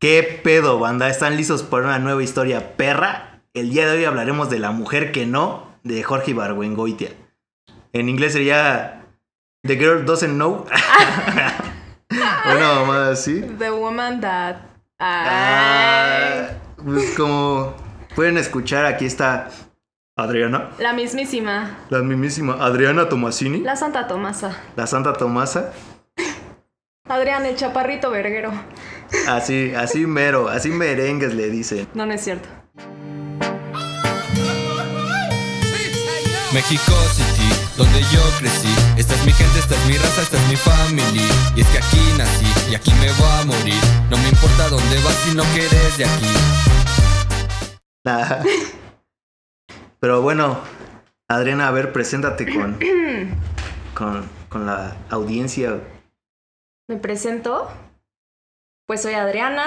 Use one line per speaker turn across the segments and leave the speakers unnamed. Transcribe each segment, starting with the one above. ¿Qué pedo, banda? ¿Están listos para una nueva historia perra? El día de hoy hablaremos de La Mujer que No, de Jorge Ibargüengoitia. En inglés sería The Girl Doesn't Know. Una mamada así.
The woman that.
Ah,
Ay.
pues como pueden escuchar, aquí está Adriana,
La mismísima.
la mismísima Adriana Tomasini,
La Santa Tomasa.
la Santa Tomasa.
Adrián, el chaparrito verguero.
Así, así mero, así merengues le dicen.
No, no es cierto.
México City, donde yo crecí. Esta es mi gente, esta es mi raza, esta es mi family. Y es que aquí nací y aquí me voy a morir. No me importa dónde vas si no que eres de aquí.
Nah. Pero bueno, Adriana, a ver, preséntate con, con, con la audiencia.
Me presento. Pues soy Adriana.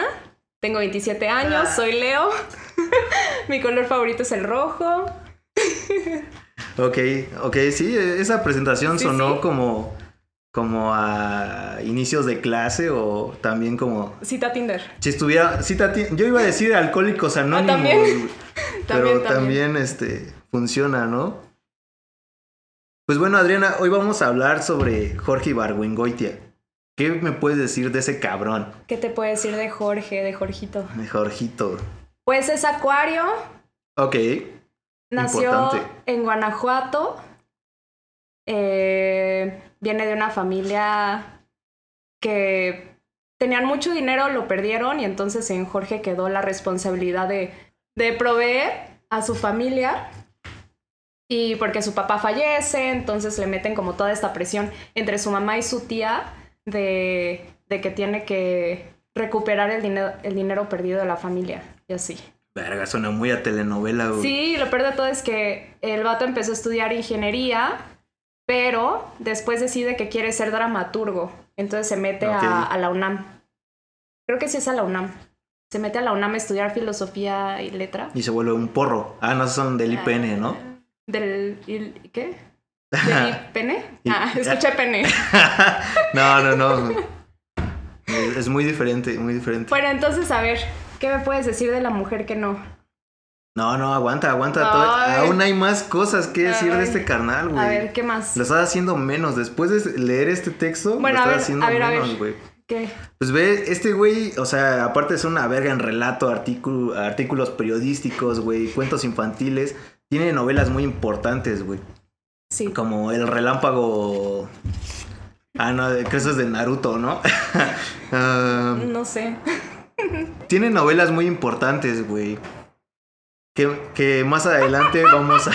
Tengo 27 años. Soy Leo. Mi color favorito es el rojo.
Ok, ok, sí, e, esa presentación
Sí,
sonó
sí.
como como a inicios de clase o también como
Cita Tinder.
si estuviera cita ti- yo iba a decir alcohólicos anónimos
Ah, también.
pero también este funciona no pues bueno Adriana hoy vamos a hablar sobre Jorge Ibargüengoitia qué me puedes decir de ese cabrón
¿Qué te puedo decir de Jorge, de Jorgito?
de Jorgito
Pues es acuario.
Ok,
Nació
Importante.
en Guanajuato. Eh, viene de una familia que tenían mucho dinero, lo perdieron y entonces en Jorge quedó la responsabilidad de, de proveer a su familia. Y porque su papá fallece, entonces le meten como toda esta presión entre su mamá y su tía de, de que tiene que recuperar el dinero, el dinero perdido de la familia y así.
verga, suena muy a telenovela, güey.
Sí, lo peor de todo es que el vato empezó a estudiar ingeniería, pero después decide que quiere ser dramaturgo. Entonces se mete a-
Ok.
a, la UNAM. Creo que sí es a la UNAM. Se mete a la UNAM a estudiar filosofía y letra.
Y se vuelve un porro. Ah, no, son del IPN, ¿no?
Del. il- ¿Qué? ¿Del IPN?
Y-
Ah, escuché pene. Ah.
no, no, no. Es es muy diferente, muy diferente.
Bueno, entonces, a ver, ¿qué me puedes decir de la mujer que no?
No, no, aguanta, aguanta.
Ay.
todavía- Aún hay más cosas que decir de
Ay.
este carnal,
A ver,
güey.
¿qué más?
Lo estás haciendo menos. Después de leer este texto,
Bueno,
lo
a
estás
ver,
haciendo
a ver, a ver.
menos, güey.
¿Qué?
Pues ve, este güey, o sea, aparte es una verga en relato, artículo- artículos periodísticos, güey, cuentos infantiles. Tiene novelas muy importantes, güey.
Sí.
Como el relámpago. Ah, no, creo que eso es de Naruto, ¿no? Ah,
No sé.
tiene novelas muy importantes, güey. Que, que más adelante vamos a.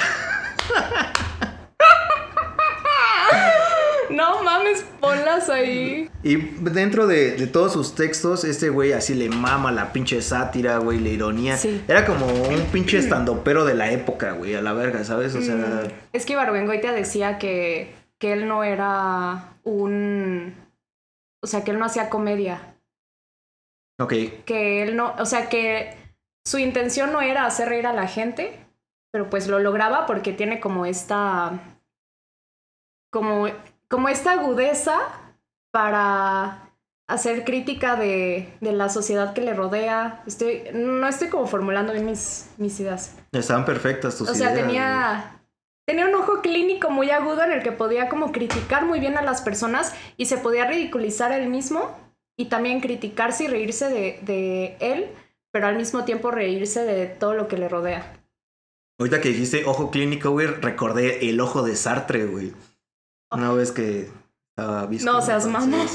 No mames, ponlas ahí.
Y dentro de, de todos sus textos, este güey así le mama la pinche sátira, güey, la ironía.
Sí.
Era como un pinche estandopero de la época, güey, a la verga, ¿sabes? O sea.
Mm, Es que Ibargüengoitia decía que, que él no era un. O sea, que él no hacía comedia. Mm.
Ok,
Que él no. O sea, que su intención no era hacer reír a la gente, pero pues lo lograba porque tiene como esta. Como, como esta agudeza para hacer crítica de, de la sociedad que le rodea. Estoy, no estoy como formulando bien mis, mis ideas.
estaban perfectas tus
O
ideas,
sea,
güey.
tenía, tenía un ojo clínico muy agudo en el que podía como criticar muy bien a las personas y se podía ridiculizar él mismo y también criticarse y reírse de, de él, pero al mismo tiempo reírse de todo lo que le rodea.
Ahorita que dijiste ojo clínico, güey, recordé el ojo de Sartre, güey. Una vez que estaba visto.
No seas
entonces,
mamón.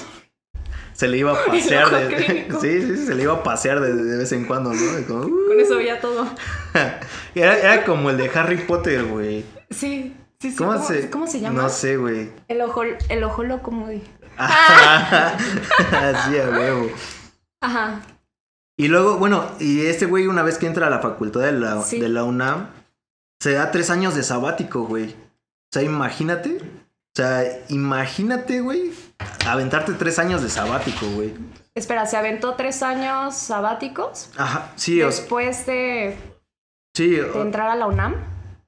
Se le iba a pasear
ojo
de.
clínico.
Sí, sí, sí, se le iba a pasear de, de vez en cuando, ¿no? Y como, uh.
Con eso veía todo.
era, era como el de Harry Potter, güey.
Sí, sí, sí.
¿Cómo, se,
cómo se llama?
No sé, güey.
El ojo, el ojo loco Moody. Ah.
Así a huevo.
Ajá.
Y luego, bueno, y este güey, una vez que entra a la facultad de la,
Sí.
de la UNAM, se da tres años de sabático, güey. O sea, imagínate. O sea, imagínate, güey, aventarte tres años de sabático, güey.
Espera, se aventó tres años sabáticos
Ajá, sí, o sea,
después de,
sí,
de
o-
entrar a la UNAM.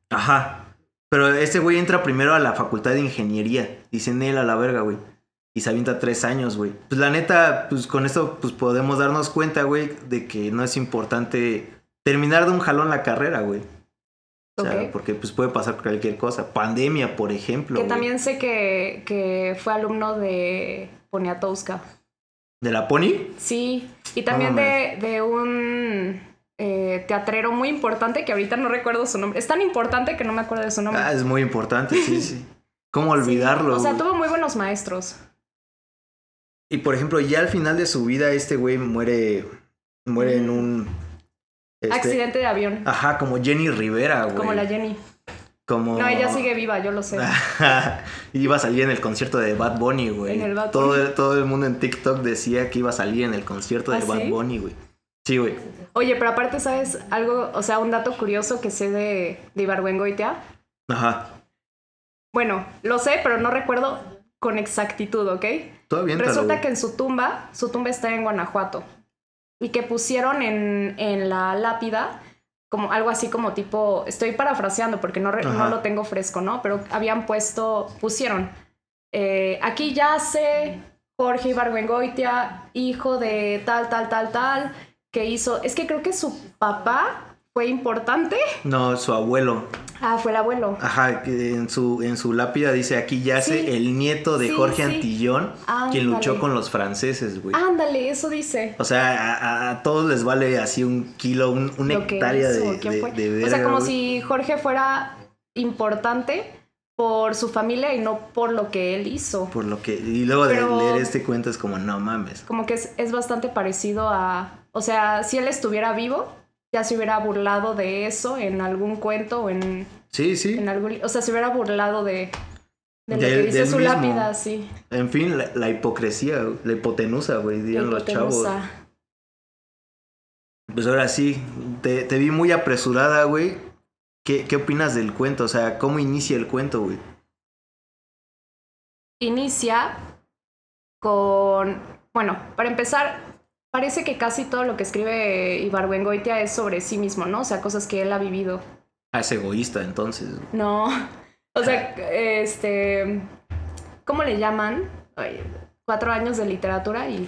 ajá. Pero este güey entra primero a la facultad de ingeniería, dicen él a la verga, güey. y se avienta tres años, güey. Pues la neta, pues con esto pues podemos darnos cuenta, güey, de que no es importante terminar de un jalón la carrera, güey. O sea,
Ok.
porque pues puede pasar cualquier cosa. Pandemia, por ejemplo.
Que
güey.
también sé que, que fue alumno de Poniatowska.
¿De la Pony?
Sí, y también
No
de, de un eh, teatrero muy importante que ahorita no recuerdo su nombre. Es tan importante que no me acuerdo de su nombre.
Ah, es muy importante, sí, sí. ¿Cómo olvidarlo?
o sea,
güey?
tuvo muy buenos maestros.
Y por ejemplo, ya al final de su vida, este güey muere. Muere en un. este-
Accidente de avión,
Ajá, como Jenny Rivera, güey. Ah.
como la Jenny.
Como-
No, ella sigue viva, yo lo sé.
iba a salir en el concierto de Bad Bunny, güey.
En el Bad
todo,
Bunny.
todo el mundo en TikTok decía que iba a salir en el concierto de
¿Ah,
Bad
sí?
Bunny, güey. Sí, güey.
Oye, pero aparte, ¿sabes algo? O sea, un dato curioso que sé de, de Ibargüengoitia.
Ajá.
Bueno, lo sé, pero no recuerdo con exactitud, ¿ok?
Todo bien,
Resulta que en su tumba, su tumba está en Guanajuato. Y que pusieron en, en la lápida como algo así como tipo, estoy parafraseando porque no, re-
Ajá.
no lo tengo fresco, ¿no? Pero habían puesto, pusieron, eh, aquí yace Jorge Ibargüengoitia, hijo de tal, tal, tal, tal, que hizo, es que creo que su papá fue importante.
No, su abuelo.
Ah, fue el abuelo.
Ajá, que en su, en su lápida dice aquí yace
Sí.
el nieto de
Sí,
Jorge
sí.
Antillón,
Ándale. Ah.
quien luchó con los franceses, güey.
Ándale, eso dice.
O sea, a, a- a todos les vale así un kilo, un, una
lo que
hectárea
hizo,
de,
quién
de,
fue.
de
O sea,
verga,
como
güey.
si Jorge fuera importante por su familia y no por lo que él hizo.
Por lo que. Y luego
Pero-
de leer este cuento es como, no mames.
Como que es, es bastante parecido a... O sea, si él estuviera vivo, ya se hubiera burlado de eso en algún cuento o en,
Sí, sí.
en algún... li- O sea, se hubiera burlado de... De lo
De él-
que
de
dice
él
su
mismo.
lápida, sí.
En fin, la, la hipocresía, güey, la hipotenusa, güey, dirían los chavos.
Hipotenusa.
Pues ahora sí, te, te vi muy apresurada, güey. ¿Qué, ¿Qué opinas del cuento? O sea, ¿cómo inicia el cuento, güey?
inicia con, bueno, para empezar, parece que casi todo lo que escribe Ibargüengoitia es sobre sí mismo, ¿no? O sea, cosas que él ha vivido.
Ah, es egoísta, entonces. güey.
No, o sea, este, ¿cómo le llaman? Ay, cuatro años de literatura y,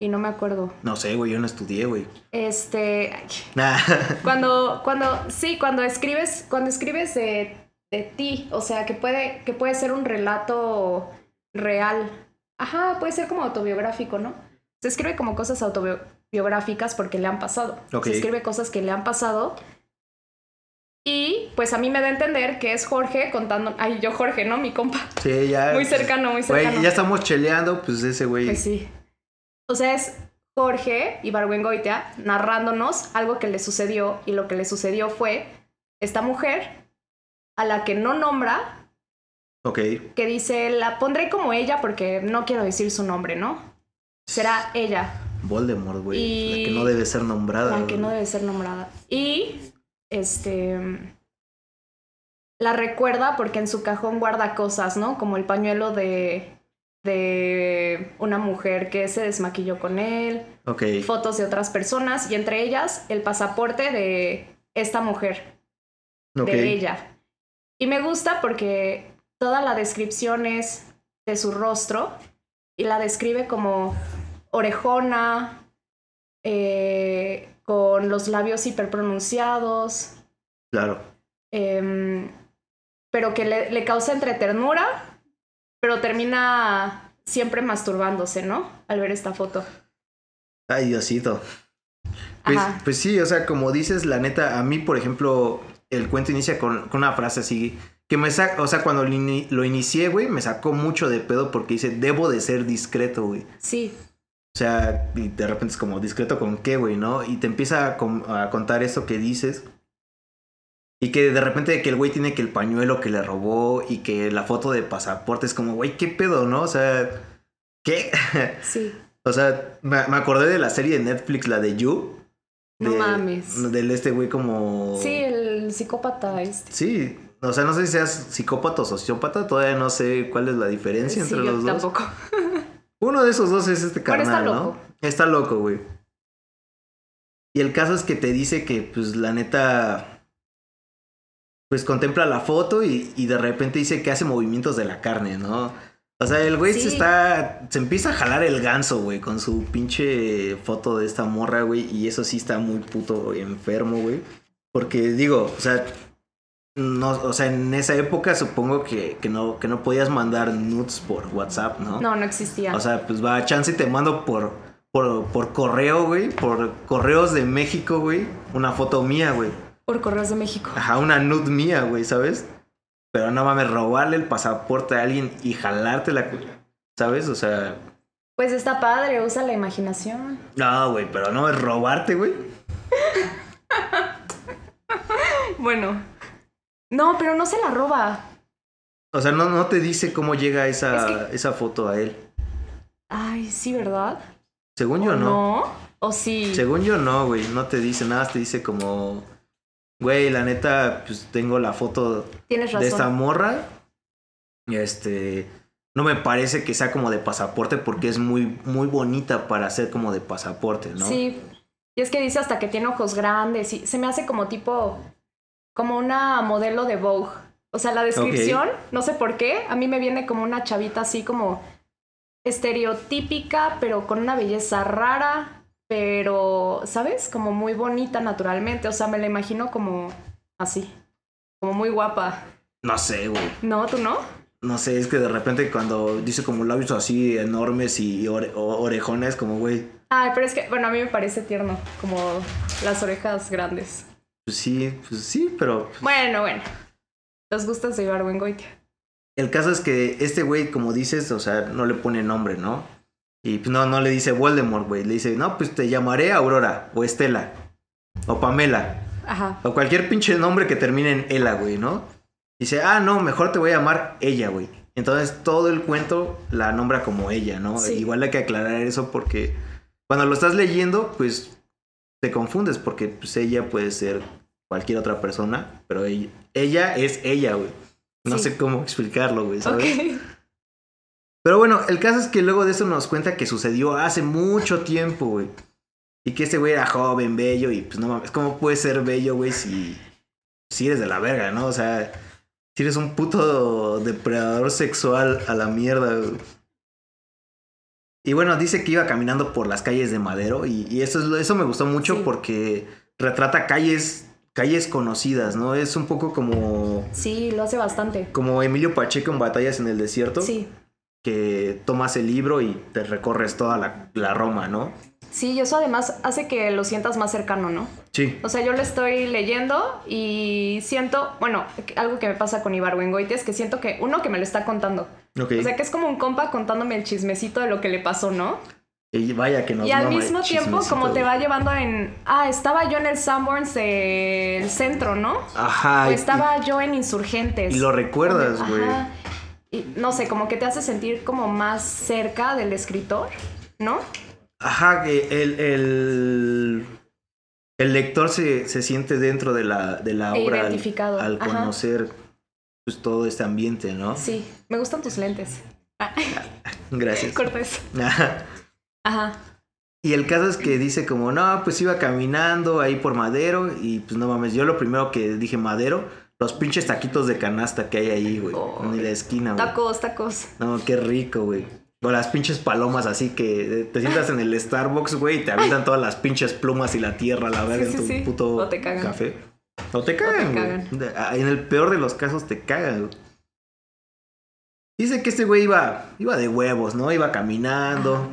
y no me acuerdo.
No sé, güey, yo no estudié, güey.
Este, ay,
Nah.
cuando, cuando, sí, cuando escribes, cuando escribes de, de ti, o sea, que puede, que puede ser un relato real. Ajá, puede ser como autobiográfico, ¿no? Se escribe como cosas autobiográficas porque le han pasado.
Ok.
Se escribe cosas que le han pasado. Y pues a mí me da a entender que es Jorge contando. Ay, yo Jorge, ¿no? Mi compa.
Sí, ya.
Muy
pues,
cercano, muy cercano.
Güey, ya estamos cheleando, pues ese güey.
Pues sí. O sea, es Jorge Ibargüengoitia narrándonos algo que le sucedió y lo que le sucedió fue esta mujer a la que no nombra,
Ok.
que dice, la pondré como ella porque no quiero decir su nombre, ¿no? Será ella
Voldemort, güey.
Y-
La que no debe ser nombrada.
la que no
güey.
debe ser nombrada. Y, este, la recuerda porque en su cajón guarda cosas, ¿no? Como el pañuelo de, de una mujer que se desmaquilló con él.
Ok.
fotos de otras personas y entre ellas el pasaporte de esta mujer,
ok.
de ella. Y me gusta porque toda la descripción es de su rostro y la describe como orejona, eh, con los labios hiperpronunciados,
Claro.
em, pero que le, le causa entre ternura, pero termina siempre masturbándose, ¿no? Al ver esta foto.
Ay, Diosito. Pues,
Ajá.
pues sí, o sea, como dices, la neta, a mí, por ejemplo, el cuento inicia con, con una frase así que me saca, o sea, cuando lo, ini- lo inicié, güey, me sacó mucho de pedo porque dice, debo de ser discreto, güey.
Sí,
O sea, y de repente es como, ¿discreto con qué, güey, no? Y te empieza a, com- a contar eso que dices. Y que de repente que el güey tiene que el pañuelo que le robó y que la foto de pasaporte es como, güey, ¿qué pedo, no? O sea, ¿qué?
sí.
O sea, me, me acordé de la serie de Netflix, la de You.
No
de-
mames.
Del este güey como...
Sí, el psicópata este.
Sí. O sea, no sé si seas psicópata o sociópata, todavía no sé cuál es la diferencia
Sí,
entre
yo
los dos.
tampoco.
Uno de esos dos es este
Pero
carnal,
está
¿no?
loco.
Está loco, güey. Y el caso es que te dice que, pues, la neta... Pues contempla la foto y, y de repente dice que hace movimientos de la carne, ¿no? O sea, el güey
Sí.
se está. Se empieza a jalar el ganso, güey, con su pinche foto de esta morra, güey. Y eso sí está muy puto enfermo, güey. Porque digo, o sea. No, o sea, en esa época supongo que, que no, que no podías mandar nudes por WhatsApp, ¿no?
No, no existía.
Ah. O sea, pues va, chance y te mando por, por, por correo, güey. Por correos de México, güey. Una foto mía, güey.
por Correos de México.
Ajá, una nude mía, güey, ¿sabes? Pero no mames, robarle el pasaporte a alguien y jalarte la cuya, ¿sabes? O sea,
Pues está padre, usa la imaginación.
no, güey, pero no es robarte, güey.
Bueno. No, pero no se la roba.
O sea, no, no te dice cómo llega esa,
Es
esa foto a él.
Ay, sí, ¿verdad?
Según yo,
¿O
no.
¿O sí?
Según yo, no, güey. No te dice nada, te dice como, güey, la neta, pues tengo la foto
Tienes
de esta
razón.
morra. Y, Este, no me parece que sea como de pasaporte porque es muy, muy bonita para ser como de pasaporte, ¿no?
Sí. Y es que dice hasta que tiene ojos grandes. Y se me hace como tipo. Como una modelo de Vogue. O sea, la descripción, no sé por qué, a mí me viene como una chavita así como estereotípica, pero con una belleza rara, pero, ¿sabes? Como muy bonita naturalmente. O sea, me la imagino como así, como muy guapa.
No sé, güey.
No, tú no.
No sé, es que de repente cuando dice como labios así enormes y ore- o- orejones, como güey,
Ay, Ah, pero es que, bueno, a mí me parece tierno, como las orejas grandes.
pues sí, pues sí, pero
Bueno, bueno. Los gustos de Ibargüengoitia.
el caso es que este güey, como dices, o sea, no le pone nombre, ¿no? Y pues no, no le dice Voldemort, güey, le dice, no, pues te llamaré Aurora, o Estela, o Pamela,
Ajá.
o cualquier pinche nombre que termine en Ela, güey, ¿no? Dice, ah, no, mejor te voy a llamar ella, güey. Entonces todo el cuento la nombra como ella, ¿no?
Sí.
Igual hay que aclarar eso porque cuando lo estás leyendo, pues te confundes porque pues, ella puede ser cualquier otra persona, pero ella, ella es ella, güey. No
Sí.
sé cómo explicarlo, güey,
Ok.
¿sabes? Pero bueno, el caso es que luego de eso nos cuenta que sucedió hace mucho tiempo, güey. Y que este güey era joven, bello, y pues no mames, ¿cómo puedes ser bello, güey, si, si eres de la verga, no? O sea, si eres un puto depredador sexual a la mierda, güey. Y bueno, dice que iba caminando por las calles de Madero, y, y eso, es lo- eso me gustó mucho
Sí.
porque retrata calles, calles conocidas, ¿no? Es un poco como,
Sí, lo hace bastante.
como Emilio Pacheco en Batallas en el Desierto
Sí.
que tomas el libro y te recorres toda la, la Roma, ¿no?
Sí, y eso además hace que lo sientas más cercano, ¿no?
Sí.
O sea, yo lo estoy leyendo y siento, bueno, que- algo que me pasa con Ibargüengoitia es que siento que uno que me lo está contando.
Ok.
O sea, que es como un compa contándome el chismecito de lo que le pasó, ¿no?
y vaya que nos
y al
mama el
mismo tiempo,
chismecito,
como te
güey.
va llevando en. Ah, estaba yo en el Sanborns del centro, ¿no?
Ajá.
o
y-
estaba yo en Insurgentes.
Y lo recuerdas,
Ajá.
güey.
Y no sé, como que te hace sentir como más cerca del escritor, ¿no?
Ajá, que el, el, el lector se, se siente dentro de la, de la
E
obra al-
identificado,
al,
ajá.
conocer pues, todo este ambiente, ¿no?
Sí, me gustan tus lentes.
Gracias.
Cortés.
Ajá.
Ajá.
Y el caso es que dice como, no, pues iba caminando ahí por Madero y pues no mames, yo lo primero que dije Madero, los pinches taquitos de canasta que hay ahí, güey,
Ay.
en la esquina, güey.
Tacos, tacos.
No, qué rico, güey. O las pinches palomas así que eh, te sientas en el Starbucks, güey, y te avientan todas las pinches plumas y la tierra, la verga,
sí,
en tu
sí.
puto
O te cagan.
café. O te cagan,
cagan.
güey. De- a- En el peor de los casos te cagan, güey. Dice que este güey iba, iba de huevos, ¿no? Iba caminando.
Ajá.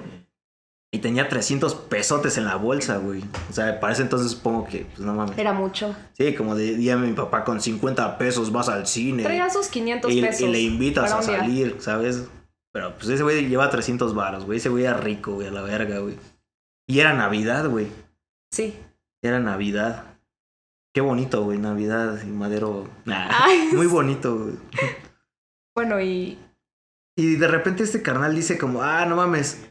Y tenía 300 pesotes en la bolsa, güey. O sea, para ese entonces supongo que, pues no mames.
Era mucho.
Sí, como diría mi papá, con 50 pesos vas al cine.
Traía sus 500
Y,
pesos.
y le invitas
para
a
un día.
salir, ¿sabes? Pero pues ese güey lleva 300 varos, güey. Ese güey era rico, güey, a la verga, güey. Y era Navidad, güey.
Sí.
Era Navidad. Qué bonito, güey, Navidad y Madero. Nah,
Ay,
muy
sí.
bonito, güey.
Bueno, y.
Y de repente este carnal dice como, ah, no mames.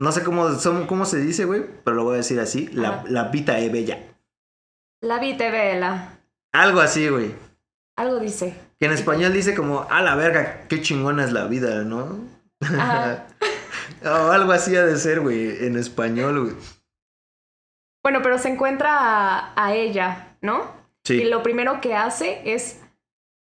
No sé cómo, son- cómo se dice, güey, pero lo voy a decir así. La,
Ajá.
la vita es bella.
La vite vela.
Algo así, güey.
Algo dice.
Que en español dice como, ah, la verga, qué chingona es la vida, ¿no?
Ajá.
o algo así ha de ser, güey, en español, güey.
Bueno, pero se encuentra a, a ella, ¿no?
Sí.
Y lo primero que hace es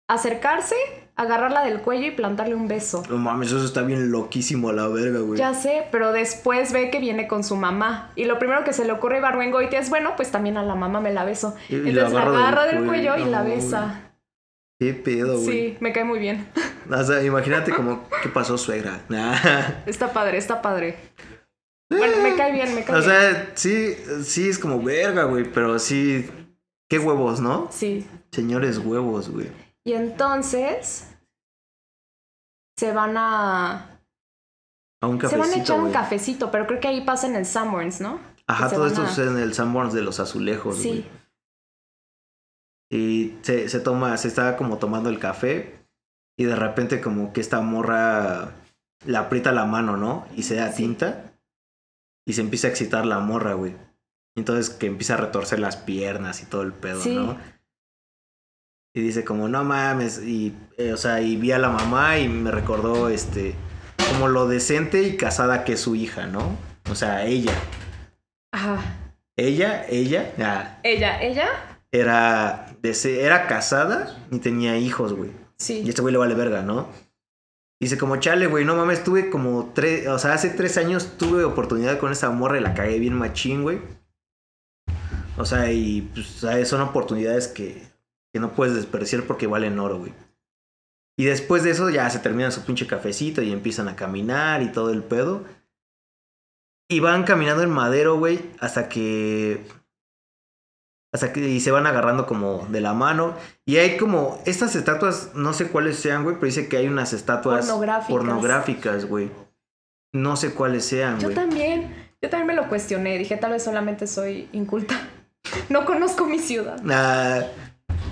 acercarse agarrarla del cuello y plantarle un beso.
No mames, eso está bien loquísimo a la verga, güey.
Ya sé, pero después ve que viene con su mamá. Y lo primero que se le ocurre a Ibargüengoitia es, bueno, pues también a la mamá me la beso.
Y- y la
Entonces la
agarra
agarra,
del
del cuello,
cuello,
y la
no,
besa.
Qué pedo, güey.
Sí, me cae muy bien.
O sea, imagínate como, ¿qué pasó, suegra? Nah.
Está padre, está padre. Bueno, me cae bien, me cae
O
bien.
sea, sí, sí es como verga, güey, pero sí. Qué huevos, ¿no?
Sí.
Señores huevos, güey.
Y entonces se van a...
A un
se
cafecito.
van a echar un
güey.
cafecito, pero creo que ahí pasa en el Summers, ¿no?
Ajá,
que se
todo
van
esto
a-
sucede en el Sanborns de los azulejos,
Sí.
güey. Y se, se toma, se está como tomando el café. Y de repente, como que esta morra le aprieta la mano, ¿no? Y se da
Sí.
tinta. Y se empieza a excitar la morra, güey. Entonces que empieza a retorcer las piernas y todo el pedo,
Sí.
¿no? Y dice como, no mames. Y, eh, o sea, y vi a la mamá y me recordó, este, como lo decente y casada que es su hija, ¿no? O sea, ella.
Ajá.
Ella, ella, ah,
Ella, ella,
era, dese- era casada y tenía hijos, güey. Y
sí.
este güey le vale verga, ¿no? Dice como, chale, güey, no mames, tuve como tres, o sea, hace tres años tuve oportunidad con esa morra y la cagué bien machín, güey. O sea, y pues, o sea, son oportunidades que, que no puedes desperdiciar porque valen oro, güey. Y después de eso ya se termina su pinche cafecito y empiezan a caminar y todo el pedo. Y van caminando en madero, güey, hasta que... Hasta que... Y se van agarrando como de la mano. Y hay como... Estas estatuas, no sé cuáles sean, güey, pero dice que hay unas estatuas...
Pornográficas.
Pornográficas, güey. No sé cuáles sean,
Yo
güey.
también, yo también me lo cuestioné. Dije, tal vez solamente soy inculta. No conozco mi ciudad.
Ah,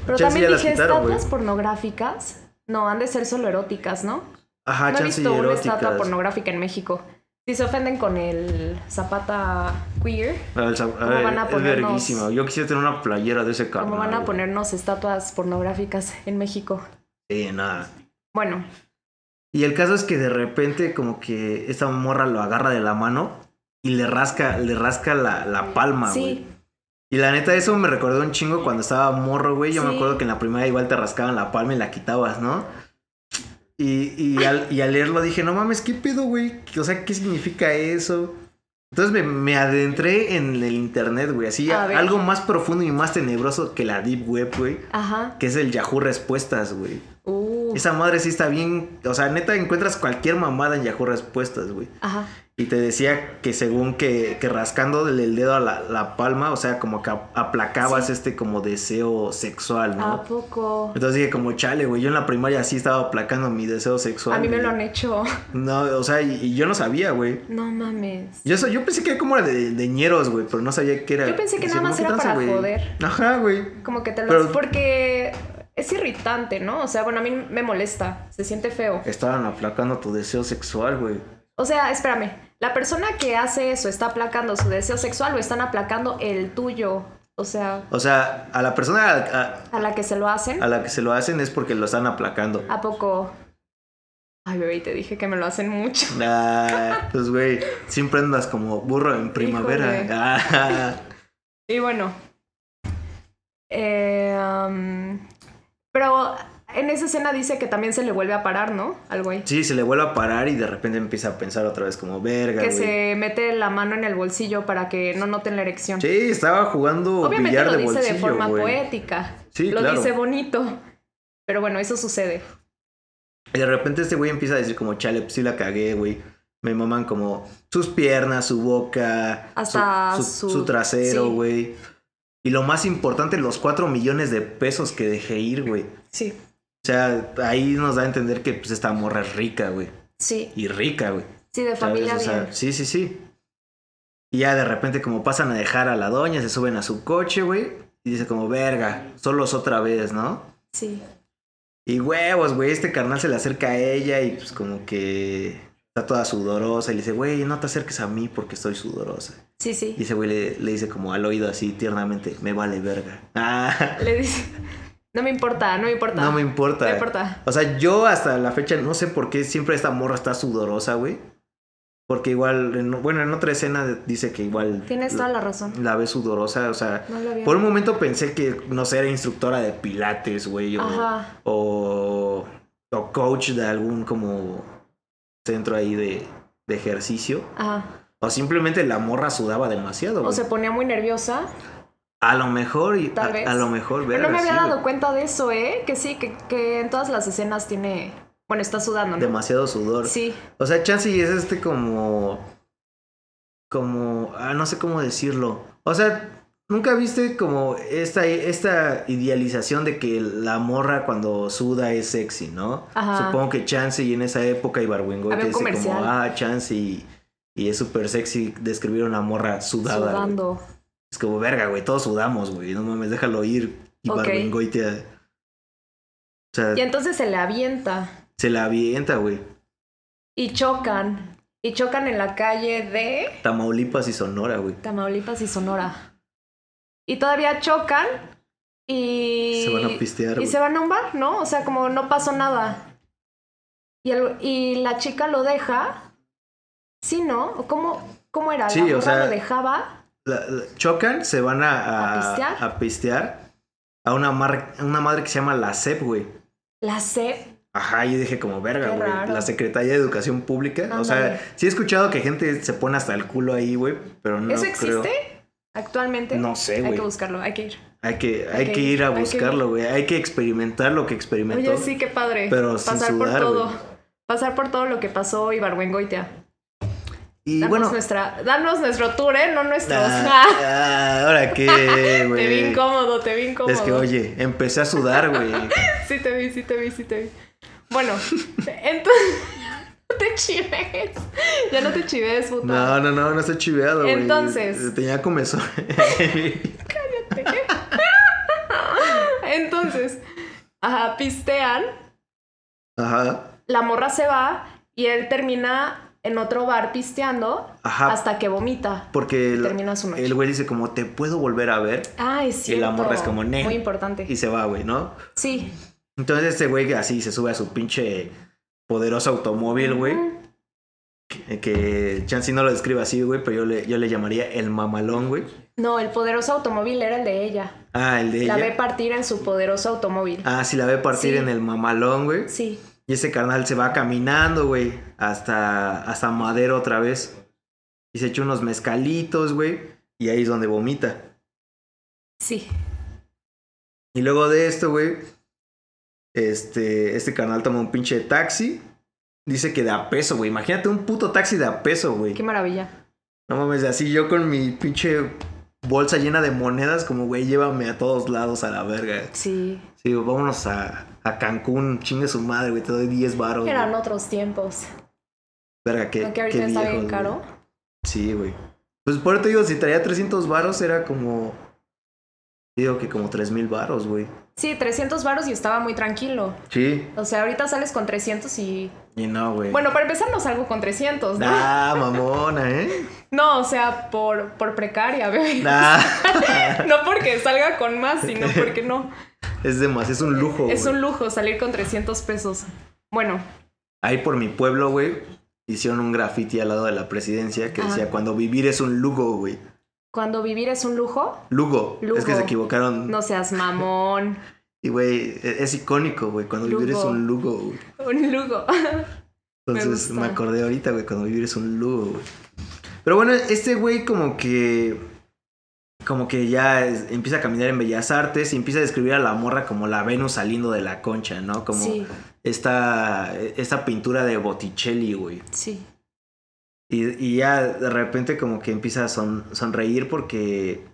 Pero
Chance ya
también
las
dije,
quitaron, güey.
estatuas pornográficas. No, han de ser solo eróticas, ¿no?
ajá,
no he
Ah, chance y
visto una estatua
eróticas.
pornográfica en México. Si se ofenden con el zapata queer,
Ah, el sab-
¿Cómo
ah,
van a
es
ponernos-
verguísima. Yo quisiera tener una playera de ese carnal.
¿cómo van a
Ah, güey.
ponernos estatuas pornográficas en México?
Sí, nada.
Bueno,
Y el caso es que de repente como que esta morra lo agarra de la mano y le rasca, le rasca la, la palma,
sí,
güey. Y la neta, eso me recordó un chingo cuando estaba morro, güey. Yo me
Sí.
acuerdo que en la primera igual te rascaban la palma y la quitabas, ¿no? Y, y, al, y al leerlo dije, no mames, ¿qué pedo, güey? O sea, ¿qué significa eso? Entonces me, me adentré en el internet, güey. Así,
A ver.
algo más profundo y más tenebroso que la Deep Web, güey.
ajá.
Que es el Yahoo Respuestas, güey.
Uh,
Esa madre sí está bien. O sea, neta, encuentras cualquier mamada en Yahoo Respuestas, güey.
ajá.
Y te decía que según que, que rascándole el dedo a la, la palma, o sea, como que ap- aplacabas
Sí. Ah, pues.
este como deseo sexual, ¿no?
¿A poco?
Entonces dije como, chale, güey, yo en la primaria sí estaba aplacando mi deseo sexual.
A mí me
güey.
lo han hecho.
No, o sea, y, y yo no sabía, güey.
No mames.
Yo, so- yo pensé que era como era de, de ñeros, güey, pero no sabía que era...
Yo pensé que
Decía,
nada
no,
más
¿qué
era
tranza,
para
güey?
joder.
Ajá, güey.
Como que te lo...
Pero-
Porque es irritante, ¿no? O sea, bueno, a mí me molesta. Se siente feo.
Estaban aplacando tu deseo sexual, güey.
O sea, espérame. La persona que hace eso está aplacando su deseo sexual o están aplacando el tuyo. O sea,
O sea, a la persona a-
a la que se lo hacen.
a, a la que se lo hacen es porque lo están aplacando.
¿A poco? Ay, bebé, te dije que me lo hacen mucho.
Ah, pues güey, siempre andas como burro en primavera.
Híjole.
Ah,
Y bueno. eh, am, pero en esa escena dice que también se le vuelve a parar, ¿no? Al güey.
sí, se le vuelve a parar y de repente empieza a pensar otra vez como verga,
que
güey.
se mete la mano en el bolsillo para que no noten la erección.
Sí, estaba jugando
Obviamente
billar
lo
de
dice
bolsillo,
de forma
güey.
poética.
Sí,
lo
claro.
dice bonito. Pero bueno, eso sucede.
Y de repente este güey empieza a decir como, chale, pues sí la cagué, güey. Me maman como sus piernas, su boca,
Hasta
su,
su-
su trasero,
sí.
güey. Y lo más importante, los 4 millones de pesos que dejé ir, güey.
Sí.
O sea, ahí nos da a entender que pues esta morra es rica, güey.
Sí.
Y rica, güey.
Sí, de
¿sabes?
familia
O sea,
bien.
sí, sí, sí. Y ya de repente como pasan a dejar a la doña, se suben a su coche, güey. Y dice como, verga, solos otra vez, ¿no?
Sí.
Y huevos, güey, este carnal se le acerca a ella y pues como que está toda sudorosa y le dice, güey, no te acerques a mí porque estoy sudorosa.
Sí,
Y
sí.
ese güey le, le dice como al oído así tiernamente, me vale verga. Ah,
Le dice, no me importa, no me importa.
no me importa.
No importa.
O sea, yo hasta la fecha no sé por qué siempre esta morra está sudorosa, güey. Porque igual, en- bueno, en otra escena de- dice que igual...
Tienes toda la razón.
La ve sudorosa, o sea...
No lo había.
Por un momento pensé que, no sé, era instructora de pilates, güey. O,
Ajá.
o, o coach de algún como centro ahí de, de ejercicio.
Ajá.
O simplemente la morra sudaba demasiado.
O
güey.
se ponía muy nerviosa.
a lo mejor, y-
Tal
a,
vez.
a lo mejor,
Pero no me
verga,
había
sí,
dado
güey.
cuenta de eso, ¿eh? Que sí, que, que en todas las escenas tiene. Bueno, está sudando, ¿no?
Demasiado sudor.
Sí.
O sea, Chance y es este como. Como. Ah, no sé cómo decirlo. O sea, ¿nunca viste como esta, esta idealización de que la morra cuando suda es sexy, no?
Ajá.
Supongo que Chance y en esa época Ibargüengote
Había un
dice como,
comercial.
ah, Chance y, y es súper sexy describir a una morra sudada. güey".
Sudando.
Es como, verga, güey, todos sudamos, güey. No mames, déjalo ir.
Ok.
Ibargüengote. ah, O sea,
Y entonces se le avienta.
se la avienta, güey.
Y chocan. Y chocan en la calle de
Tamaulipas y Sonora, güey.
Tamaulipas y Sonora. Y todavía chocan y.
Se van a pistear,
Y
güey.
se van a un bar, ¿no? O sea, como no pasó nada. Y, el- y la chica lo deja. Sí, ¿no? ¿O ¿Cómo, cómo era?
Sí,
la
o
morra
sea-
lo dejaba.
la- la- chocan, se van a, a,
¿A pistear?
a pistear a una, mar- una madre que se llama la CEP, güey.
La sé.
Ajá, yo dije como verga,
Qué
güey.
raro.
La Secretaría de Educación Pública. O sea,
Ándale.
sí he escuchado que gente se pone hasta el culo ahí, güey, pero no
¿Eso existe
creo-
actualmente?
No sé,
Hay
güey.
que buscarlo, hay que ir.
Hay que, hay
Hay
que
que-
ir a
hay que ir.
buscarlo, güey. Hay que experimentar lo que experimentó.
Oye, sí, qué padre.
pero sin
pasar por
sudar,
todo.
güey.
Pasar por todo lo que pasó Ibargüengoitia.
y
Danos,
bueno,
nuestra, danos nuestro tour, ¿eh? No nuestros.
ah, ah, ahora qué,
te vi
güey.
incómodo, te vi incómodo.
Pues, Es que, oye, empecé a sudar, güey.
Sí te vi, sí te vi, sí te vi. Bueno, entonces... no te chives. Ya no te chives, puta.
No, no, no, no estoy chiveado, güey.
Entonces.
Tenía comezón.
Entonces, ajá, pistean,
Ajá.
la morra se va y él termina en otro bar pisteando
Ajá.
hasta que vomita.
Porque Ah. el,
termina su noche.
el güey dice como, te puedo volver a ver.
Ay, sí.
Y la morra es como, "Ne".
Muy importante.
Y se va, güey, ¿no?
Sí.
Entonces este güey así se sube a su pinche poderoso automóvil, güey. Que- Que Chansey no lo describe así, güey, pero yo le, yo le llamaría el mamalón, güey.
No, el poderoso automóvil era el de ella.
Ah, el de
La ve
ella.
partir en su poderoso automóvil.
Ah, sí, la ve partir
Sí.
en el mamalón, güey.
Sí.
Y ese carnal se va caminando, güey, hasta, hasta Madero otra vez. Y se echa unos mezcalitos, güey. Y ahí es donde vomita.
Sí.
Y luego de esto, güey, este, este canal toma un pinche taxi. Dice que da peso, güey. Imagínate un puto taxi de a peso, güey.
Qué maravilla.
No mames, así yo con mi pinche bolsa llena de monedas, como, güey, llévame a todos lados a la verga.
Sí.
Sí, güey, vámonos a, a Cancún, chingue su madre, güey, te doy 10 baros.
Eran otros tiempos.
Verga, qué,
Lo que
qué
ahorita está
viejos,
bien
güey.
caro.
Sí, güey. Pues por eso te digo, si traía 300 baros, era como. Digo que como 3000 baros, güey.
Sí, 300 varos y estaba muy tranquilo.
Sí.
O sea, ahorita sales con 300 y...
Y no, güey.
Bueno, para empezar no salgo con 300, ¿no?
Ah, mamona, ¿eh?
No, o sea, por, por precaria, bebé.
Nah,
No porque salga con más, sino porque no.
es de más, es un lujo.
es
güey.
un lujo salir con 300 pesos. Bueno,
Ahí por mi pueblo, güey, hicieron un graffiti al lado de la presidencia que
Ajá.
decía: Cuando vivir es un lugo, güey.
cuando vivir es un lujo,
Lugo.
Lugo.
Es que se equivocaron.
no seas mamón.
Y, güey, e- es icónico, güey. Cuando vivir
Lugo.
es un lugo, güey.
Un lujo.
Entonces
gusta.
me, acordé ahorita, güey, cuando vivir es un lugo, güey. Pero bueno, este güey, como que. Como que ya es- empieza a caminar en Bellas Artes y empieza a describir a la morra como la Venus saliendo de la concha, ¿no? Como
Sí,
esta, esta pintura de Botticelli, güey.
sí.
Y, y ya de repente como que empieza a son- sonreír porque